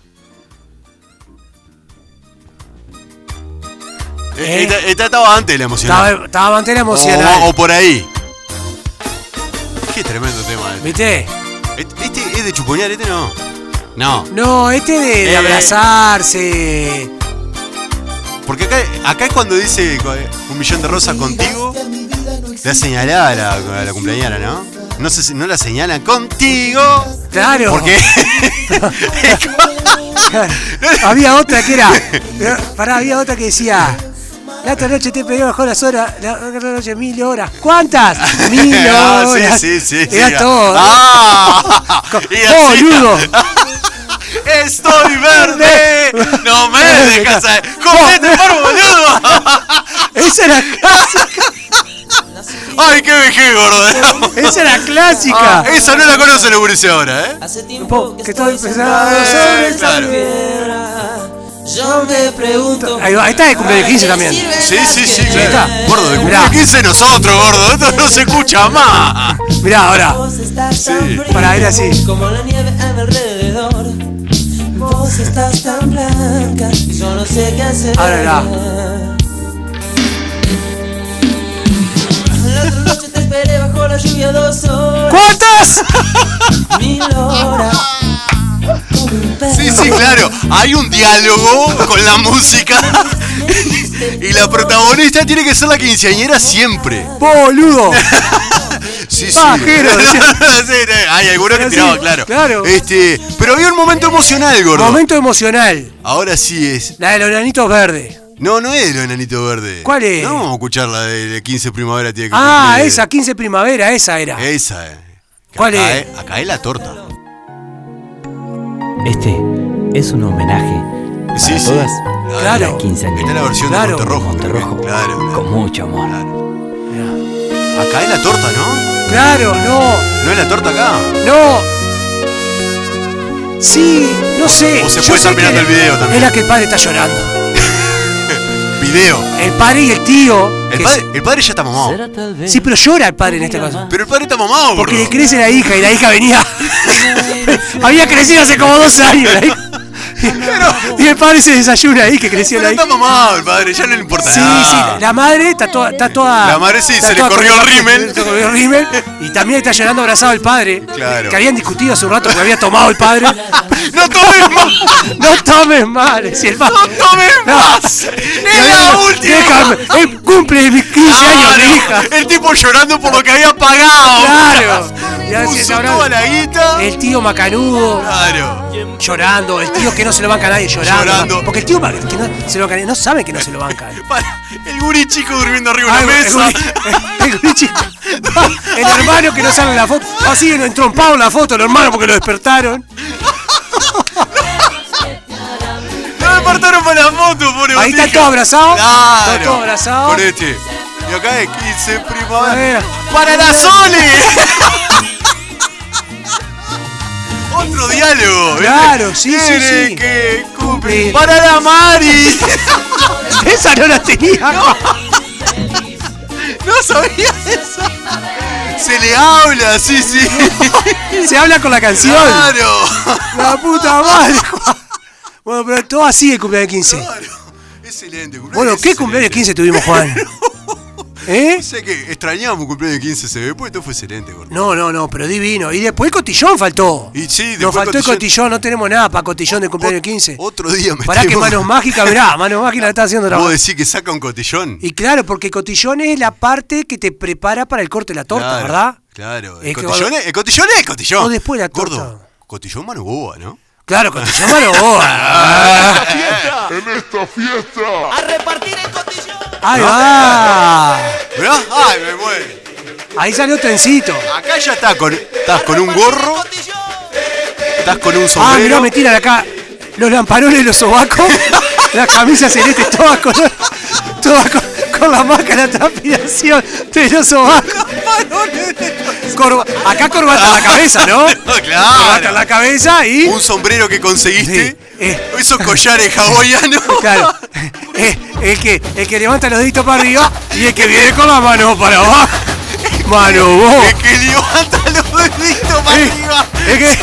[SPEAKER 4] Eh, Esta, esta estaba antes la emocional.
[SPEAKER 5] Estaba, estaba bastante emocional.
[SPEAKER 4] O, o por ahí. Qué tremendo tema. Este,
[SPEAKER 5] ¿Viste?
[SPEAKER 4] este, este es de chuponear, este no. No.
[SPEAKER 5] No, este de, de
[SPEAKER 4] Eh.
[SPEAKER 5] abrazarse.
[SPEAKER 4] Porque acá, acá es cuando dice eh, un millón de rosas contigo. La señalada a la, a la cumpleañera, ¿no? No, se, no la señalan contigo.
[SPEAKER 5] Claro.
[SPEAKER 4] Porque
[SPEAKER 5] había otra que era. eh, Pará, había otra que decía. La otra noche te pedí bajo las horas, la otra noche mil horas. ¿Cuántas? Mil
[SPEAKER 4] Ah, sí,
[SPEAKER 5] horas.
[SPEAKER 4] sí, sí, sí,
[SPEAKER 5] Era
[SPEAKER 4] era-
[SPEAKER 5] todo.
[SPEAKER 4] Ah, y así.
[SPEAKER 5] ¡Boludo!
[SPEAKER 4] Ah, estoy verde. No me dejas. a- ¡Jodete por boludo!
[SPEAKER 5] Esa era clásica.
[SPEAKER 4] ¡Ay, qué vejez, gordo!
[SPEAKER 5] Esa era clásica.
[SPEAKER 4] Ah, esa no la conocen los gurises ahora, ¿eh?
[SPEAKER 5] Po, que estoy pensando
[SPEAKER 4] Eh,
[SPEAKER 5] sobre esa
[SPEAKER 4] claro.
[SPEAKER 6] Yo me pregunto.
[SPEAKER 5] Ahí va, ahí está de cumpleaños 15 también.
[SPEAKER 4] Sí, sí, sí,
[SPEAKER 5] Ahí está.
[SPEAKER 4] claro. Gordo, de cumpleaños
[SPEAKER 5] Mirá.
[SPEAKER 4] 15 nosotros, gordo. Esto no se escucha más.
[SPEAKER 5] Mirá ahora. Para ir así.
[SPEAKER 6] Como la nieve a mi alrededor. Vos estás tan blanca. y Yo no sé qué hacer.
[SPEAKER 5] Ahora mirá.
[SPEAKER 6] La otra noche te esperé bajo la lluvia dos horas.
[SPEAKER 5] ¿Cuántas?
[SPEAKER 6] Mil horas.
[SPEAKER 4] Sí, sí, claro. Hay un diálogo con la música. Y la protagonista tiene que ser la quinceañera siempre.
[SPEAKER 5] ¡Boludo!
[SPEAKER 4] Sí, sí.
[SPEAKER 5] Pajero, decía.
[SPEAKER 4] Sí, sí, Hay algunos que
[SPEAKER 5] ¿eh? Sí,
[SPEAKER 4] tiraban, claro.
[SPEAKER 5] claro.
[SPEAKER 4] Este, pero había un momento emocional, gordo.
[SPEAKER 5] Momento emocional.
[SPEAKER 4] Ahora sí es.
[SPEAKER 5] La de los granitos verdes.
[SPEAKER 4] No, no es lo enanito verde.
[SPEAKER 5] ¿Cuál es?
[SPEAKER 4] No vamos a escuchar la de, de 15 primavera tiene que
[SPEAKER 5] Ah,
[SPEAKER 4] cumplir.
[SPEAKER 5] esa, 15 primavera, esa era.
[SPEAKER 4] Esa, eh. Que
[SPEAKER 5] ¿Cuál
[SPEAKER 4] acá
[SPEAKER 5] es?
[SPEAKER 4] Acá es la torta.
[SPEAKER 12] Este es un homenaje para
[SPEAKER 4] Sí, sí.
[SPEAKER 12] todas
[SPEAKER 5] Claro.
[SPEAKER 12] las quinceañeras.
[SPEAKER 4] Esta es la versión
[SPEAKER 5] Claro.
[SPEAKER 4] de Monterrojo.
[SPEAKER 12] Monterrojo,
[SPEAKER 4] Claro.
[SPEAKER 12] con mucho amor.
[SPEAKER 4] Acá es la torta, ¿no?
[SPEAKER 5] Claro, no,
[SPEAKER 4] ¿No es la torta acá?
[SPEAKER 5] no. Sí, no sé.
[SPEAKER 4] O se
[SPEAKER 5] Yo
[SPEAKER 4] puede
[SPEAKER 5] sé
[SPEAKER 4] estar
[SPEAKER 5] que
[SPEAKER 4] mirando
[SPEAKER 5] es-
[SPEAKER 4] el video también.
[SPEAKER 5] Es la que el padre está llorando.
[SPEAKER 4] Video.
[SPEAKER 5] El padre y el tío.
[SPEAKER 4] El
[SPEAKER 5] que
[SPEAKER 4] padre, el padre ya está mamado.
[SPEAKER 5] se- Sí, pero llora el padre en esta cosa.
[SPEAKER 4] Pero el padre está mamado,
[SPEAKER 5] Porque
[SPEAKER 4] gordo.
[SPEAKER 5] le crece la hija y la hija venía. Había crecido hace como dos años. la hija. Y el padre se desayuna ahí que creció
[SPEAKER 4] Pero
[SPEAKER 5] la
[SPEAKER 4] está
[SPEAKER 5] hija.
[SPEAKER 4] mamado el padre, ya no le importa
[SPEAKER 5] Sí, sí,
[SPEAKER 4] nada.
[SPEAKER 5] la madre está toda. Está toda
[SPEAKER 4] Ah. La madre sí,
[SPEAKER 5] está
[SPEAKER 4] se le
[SPEAKER 5] toda
[SPEAKER 4] corrió el
[SPEAKER 5] con-
[SPEAKER 4] rímel.
[SPEAKER 5] Se le corrió el rímel. Y también está llorando abrazado al padre.
[SPEAKER 4] Claro.
[SPEAKER 5] Que habían discutido hace un rato porque había tomado el padre.
[SPEAKER 4] ¡No tomes más!
[SPEAKER 5] No tomes mal, decía el padre.
[SPEAKER 4] ¡No tomes
[SPEAKER 5] No.
[SPEAKER 4] más! ¡Es la última!
[SPEAKER 5] Déjame, él cumple mis 15 años
[SPEAKER 4] Claro,
[SPEAKER 5] mi hija.
[SPEAKER 4] El tipo llorando por lo que había pagado.
[SPEAKER 5] Claro. Y así
[SPEAKER 4] Puso
[SPEAKER 5] se habrá-
[SPEAKER 4] toda la guita.
[SPEAKER 5] El tío macanudo
[SPEAKER 4] Claro.
[SPEAKER 5] llorando, el tío que no se lo banca a nadie llorando.
[SPEAKER 4] Llorando.
[SPEAKER 5] Porque el tío ma- que no se lo banca a nadie, no saben que no se lo banca.
[SPEAKER 4] Para, el guri chico durmiendo arriba de
[SPEAKER 5] Ah,
[SPEAKER 4] una
[SPEAKER 5] el
[SPEAKER 4] mesa.
[SPEAKER 5] guri- el guri chico. El hermano que no sale en la foto. Ah, Así entrompado en la foto el hermano porque lo despertaron.
[SPEAKER 4] No me partaron para la foto, pobre
[SPEAKER 5] Ahí está
[SPEAKER 4] botija.
[SPEAKER 5] todo abrazado.
[SPEAKER 4] Claro.
[SPEAKER 5] Está todo abrazado.
[SPEAKER 4] Por este. Y acá es 15 primavera.
[SPEAKER 5] Primavera.
[SPEAKER 4] ¡Para la Sole! Otro diálogo. ¿viste?
[SPEAKER 5] Claro, sí, sí,
[SPEAKER 4] Tiene
[SPEAKER 5] sí.
[SPEAKER 4] que cumplir.
[SPEAKER 5] Cumplir.
[SPEAKER 4] ¡Para la Mari!
[SPEAKER 5] Esa no la tenía.
[SPEAKER 4] No sabía eso. Se le habla, sí, sí.
[SPEAKER 5] Se habla con la canción.
[SPEAKER 4] Claro.
[SPEAKER 5] La puta madre. Bueno, pero todo así el cumpleaños 15.
[SPEAKER 4] Claro. Excelente. cumpleaños
[SPEAKER 5] Bueno, ¿qué
[SPEAKER 4] excelente.
[SPEAKER 5] cumpleaños 15 tuvimos, Juan? ¿Eh?
[SPEAKER 4] O sea que extrañamos un cumpleaños de 15 se ve, pues esto fue excelente, gordo.
[SPEAKER 5] No, no, no, pero divino. Y después el cotillón faltó.
[SPEAKER 4] Y sí,
[SPEAKER 5] Nos
[SPEAKER 4] después
[SPEAKER 5] faltó el cotillón, no tenemos nada para cotillón de cumpleaños 15.
[SPEAKER 4] Otro día me
[SPEAKER 5] Pará que manos mágicas, mirá, manos mágicas la está haciendo
[SPEAKER 4] Vos
[SPEAKER 5] trabajo.
[SPEAKER 4] decís que saca un cotillón.
[SPEAKER 5] Y claro, porque cotillón es la parte que te prepara para el corte de la torta,
[SPEAKER 4] Claro,
[SPEAKER 5] ¿verdad?
[SPEAKER 4] Claro.
[SPEAKER 5] Es
[SPEAKER 4] El
[SPEAKER 5] que
[SPEAKER 4] cotillón,
[SPEAKER 5] vos-
[SPEAKER 4] es, el cotillón es cotillón.
[SPEAKER 5] O después la torta.
[SPEAKER 4] Gordo, cotillón mano boba, ¿no?
[SPEAKER 5] Claro, cotillón Balboa.
[SPEAKER 13] ¡En esta fiesta! ¡A repartir el cotillón!
[SPEAKER 5] ¡Ahí va!
[SPEAKER 4] Mirá, ¡Ay, me muero!
[SPEAKER 5] Ahí salió trencito.
[SPEAKER 4] Acá ya está con, estás con un gorro. Estás con un
[SPEAKER 5] Ah,
[SPEAKER 4] sombrero.
[SPEAKER 5] mirá, me tiran acá los lamparones, los sobacos, las camisas celestes, todas con, todas con, con la máscara de transpiración de los sobacos. Corba- acá corbata en la cabeza, ¿no?
[SPEAKER 4] claro.
[SPEAKER 5] Corbata en la cabeza y...
[SPEAKER 4] Un sombrero que conseguiste. Esos collares hawaianos.
[SPEAKER 5] Claro. Eh, el, que, el que levanta los deditos para arriba y el que viene con la mano para abajo. Mano vos.
[SPEAKER 4] El que levanta los deditos para arriba.
[SPEAKER 5] Es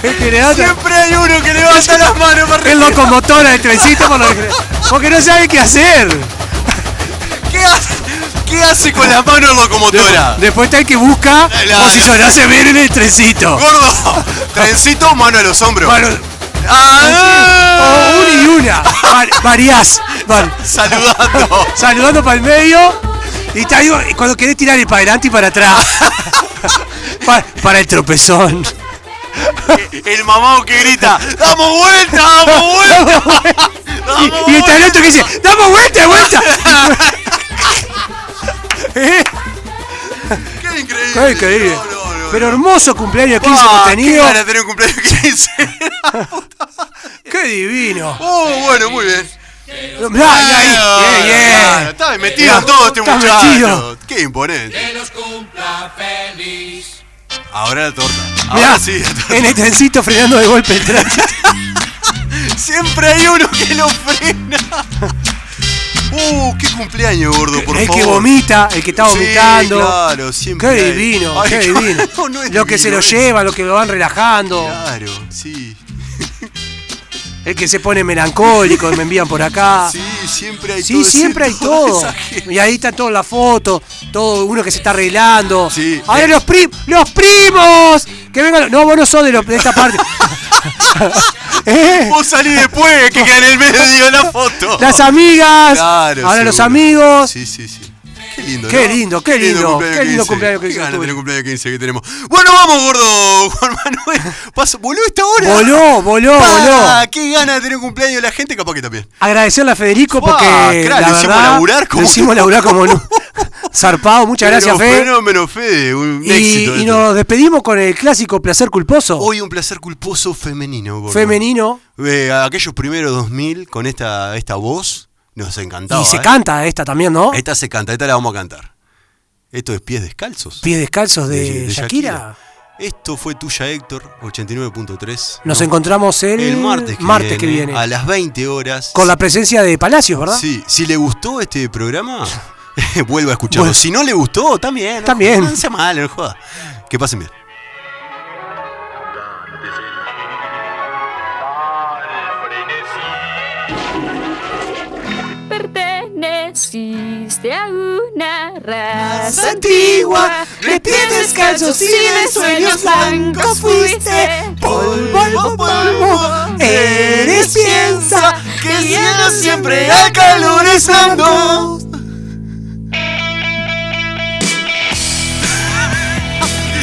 [SPEAKER 5] que, es que levanta.
[SPEAKER 4] Siempre hay uno que levanta las manos para arriba.
[SPEAKER 5] Es locomotora el trencito por lo que- porque no sabe qué hacer.
[SPEAKER 4] ¿Qué hace, qué hace con las manos locomotora?
[SPEAKER 5] Después está el que busca
[SPEAKER 4] Claro.
[SPEAKER 5] posicionarse bien en el trencito.
[SPEAKER 4] Gordo. Trencito, mano a los hombros.
[SPEAKER 5] Ah. O una y una. Var- varias. Var-
[SPEAKER 4] Saludando.
[SPEAKER 5] Saludando para el medio. Y te digo, y cuando querés tirar el para adelante y para atrás. Pa- para el tropezón.
[SPEAKER 4] El mamado que grita, ¡damos vuelta, damos vuelta! ¡Damos
[SPEAKER 5] Y, y está el otro que dice, ¡damos vuelta, vuelta! ¿Eh?
[SPEAKER 4] ¡Qué increíble!
[SPEAKER 5] Qué increíble. Pero hermoso cumpleaños 15
[SPEAKER 4] Ah,
[SPEAKER 5] que
[SPEAKER 4] ¡Qué
[SPEAKER 5] tenido.
[SPEAKER 4] gana tener un cumpleaños 15!
[SPEAKER 5] ¡Qué divino!
[SPEAKER 4] ¡Oh, bueno, muy bien! Ah,
[SPEAKER 5] Mirá, mirá ahí.
[SPEAKER 4] Claro,
[SPEAKER 5] Bien, bien.
[SPEAKER 4] claro, Está metido
[SPEAKER 5] Mirá,
[SPEAKER 4] en todo este
[SPEAKER 5] está
[SPEAKER 4] muchacho.
[SPEAKER 5] metido.
[SPEAKER 4] ¡Qué imponente!
[SPEAKER 14] Que los cumpla feliz.
[SPEAKER 4] Ahora la torta.
[SPEAKER 5] Mirá,
[SPEAKER 4] Ahora sí.
[SPEAKER 5] en el trencito frenando de golpe el tránsito.
[SPEAKER 4] Siempre hay uno que lo frena. ¡Uh, qué cumpleaños, gordo, por
[SPEAKER 5] el
[SPEAKER 4] favor!
[SPEAKER 5] que vomita, el que está
[SPEAKER 4] Sí,
[SPEAKER 5] vomitando.
[SPEAKER 4] claro, siempre
[SPEAKER 5] Qué
[SPEAKER 4] hay.
[SPEAKER 5] divino,
[SPEAKER 4] Ay,
[SPEAKER 5] qué
[SPEAKER 4] cómo-
[SPEAKER 5] divino.
[SPEAKER 4] no es
[SPEAKER 5] Lo que se
[SPEAKER 4] divino,
[SPEAKER 5] lo
[SPEAKER 4] es-
[SPEAKER 5] lleva, lo que lo van relajando.
[SPEAKER 4] Claro, sí.
[SPEAKER 5] El que se pone melancólico, me envían por acá.
[SPEAKER 4] Sí, siempre hay
[SPEAKER 5] Sí,
[SPEAKER 4] todo.
[SPEAKER 5] siempre hay todo. Y ahí está toda la foto, todo uno que se está arreglando. Ahora los primos, los primos, que vengan. No, vos no sos de, los- de esta parte. ¿Eh?
[SPEAKER 4] Vos salís después, que queda en el medio de la foto.
[SPEAKER 5] Las amigas.
[SPEAKER 4] Claro,
[SPEAKER 5] ahora los
[SPEAKER 4] seguro.
[SPEAKER 5] amigos.
[SPEAKER 4] Sí, sí, sí. Qué lindo.
[SPEAKER 5] Qué
[SPEAKER 4] ¿no?
[SPEAKER 5] lindo, qué lindo, qué lindo cumpleaños que
[SPEAKER 4] Qué
[SPEAKER 5] hizo
[SPEAKER 4] ganas de
[SPEAKER 5] tú.
[SPEAKER 4] tener cumpleaños 15 que tenemos. Bueno, vamos, gordo. Juan Manuel. Pasó, voló esta hora.
[SPEAKER 5] Voló, voló,
[SPEAKER 4] Ah,
[SPEAKER 5] voló.
[SPEAKER 4] Qué ganas de tener cumpleaños la gente, capaz que también.
[SPEAKER 5] Agradecerle a Federico porque.
[SPEAKER 4] claro,
[SPEAKER 5] la
[SPEAKER 4] lo hicimos
[SPEAKER 5] verdad,
[SPEAKER 4] laburar como
[SPEAKER 5] Lo hicimos
[SPEAKER 4] no.
[SPEAKER 5] laburar como no. Zarpado, muchas
[SPEAKER 4] Pero
[SPEAKER 5] gracias, Fede.
[SPEAKER 4] Fenómeno, Fede. Un
[SPEAKER 5] Y,
[SPEAKER 4] éxito.
[SPEAKER 5] y
[SPEAKER 4] esto.
[SPEAKER 5] nos despedimos con el clásico placer culposo.
[SPEAKER 4] Hoy un placer culposo femenino, gordo.
[SPEAKER 5] femenino.
[SPEAKER 4] Eh, aquellos primeros 2000 con esta, esta voz nos encantaba.
[SPEAKER 5] y se
[SPEAKER 4] eh.
[SPEAKER 5] canta esta también, ¿no?
[SPEAKER 4] Esta se canta, esta la vamos a cantar. Esto es Pies Descalzos.
[SPEAKER 5] Pies descalzos de,
[SPEAKER 4] de- de
[SPEAKER 5] Shakira.
[SPEAKER 4] Shakira. Esto fue tuya, Héctor, 89.3.
[SPEAKER 5] Nos
[SPEAKER 4] ¿no?
[SPEAKER 5] encontramos el,
[SPEAKER 4] el martes que, viene, A las 20 horas.
[SPEAKER 5] Con la presencia de Palacios, ¿verdad?
[SPEAKER 4] Sí, si le gustó este programa, vuelva a escucharlo.
[SPEAKER 5] Bueno.
[SPEAKER 4] Si no le gustó, también. no-
[SPEAKER 5] También.
[SPEAKER 4] No, sea malo, no joda. Que pasen bien.
[SPEAKER 15] Perteneciste a una raza
[SPEAKER 16] Raza antigua,
[SPEAKER 15] antigua
[SPEAKER 16] de pies descalzos y de sueños blancos fuiste polvo, polvo, polvo. Eres piensa que el cielo siempre a calores blandos.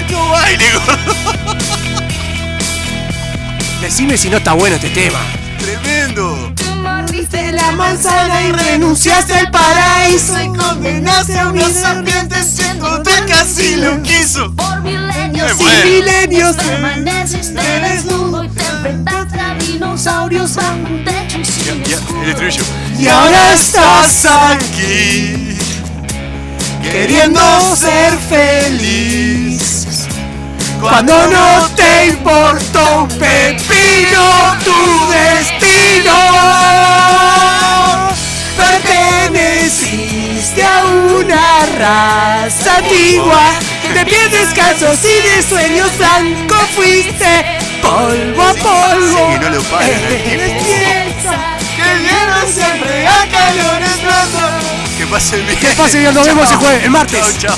[SPEAKER 4] No baile,
[SPEAKER 5] Decime si no está bueno este tema.
[SPEAKER 4] Tremendo.
[SPEAKER 16] Mordiste la manzana y renunciaste al paraíso y condenaste a una serpiente siendo tan casi lo quiso.
[SPEAKER 15] Por milenios
[SPEAKER 16] Qué
[SPEAKER 15] y
[SPEAKER 16] bueno.
[SPEAKER 15] milenios permaneciste desnudo y te enfrentaste a dinosaurios bajo un techo y sin
[SPEAKER 4] Ya, el estribillo.
[SPEAKER 16] Y ahora estás aquí queriendo ser feliz. Cuando no te importó un pepino tu destino, perteneciste a una raza antigua. De pies descalzos y de sueños blancos fuiste polvo a polvo.
[SPEAKER 4] Que no lo ¿eh? paren al
[SPEAKER 16] Eres
[SPEAKER 4] tiempo.
[SPEAKER 16] pieza que llena siempre a calores blandos.
[SPEAKER 4] Que pasen bien.
[SPEAKER 5] Que pasen bien, nos vemos el jueves, el martes.
[SPEAKER 4] Chao, chao.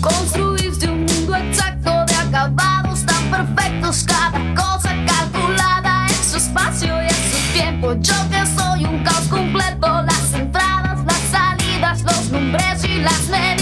[SPEAKER 15] Construiste un mundo exacto de acabados tan perfectos, cada cosa calculada en su espacio y en su tiempo. Yo que soy un caos completo, las entradas, las salidas, los nombres y las letras.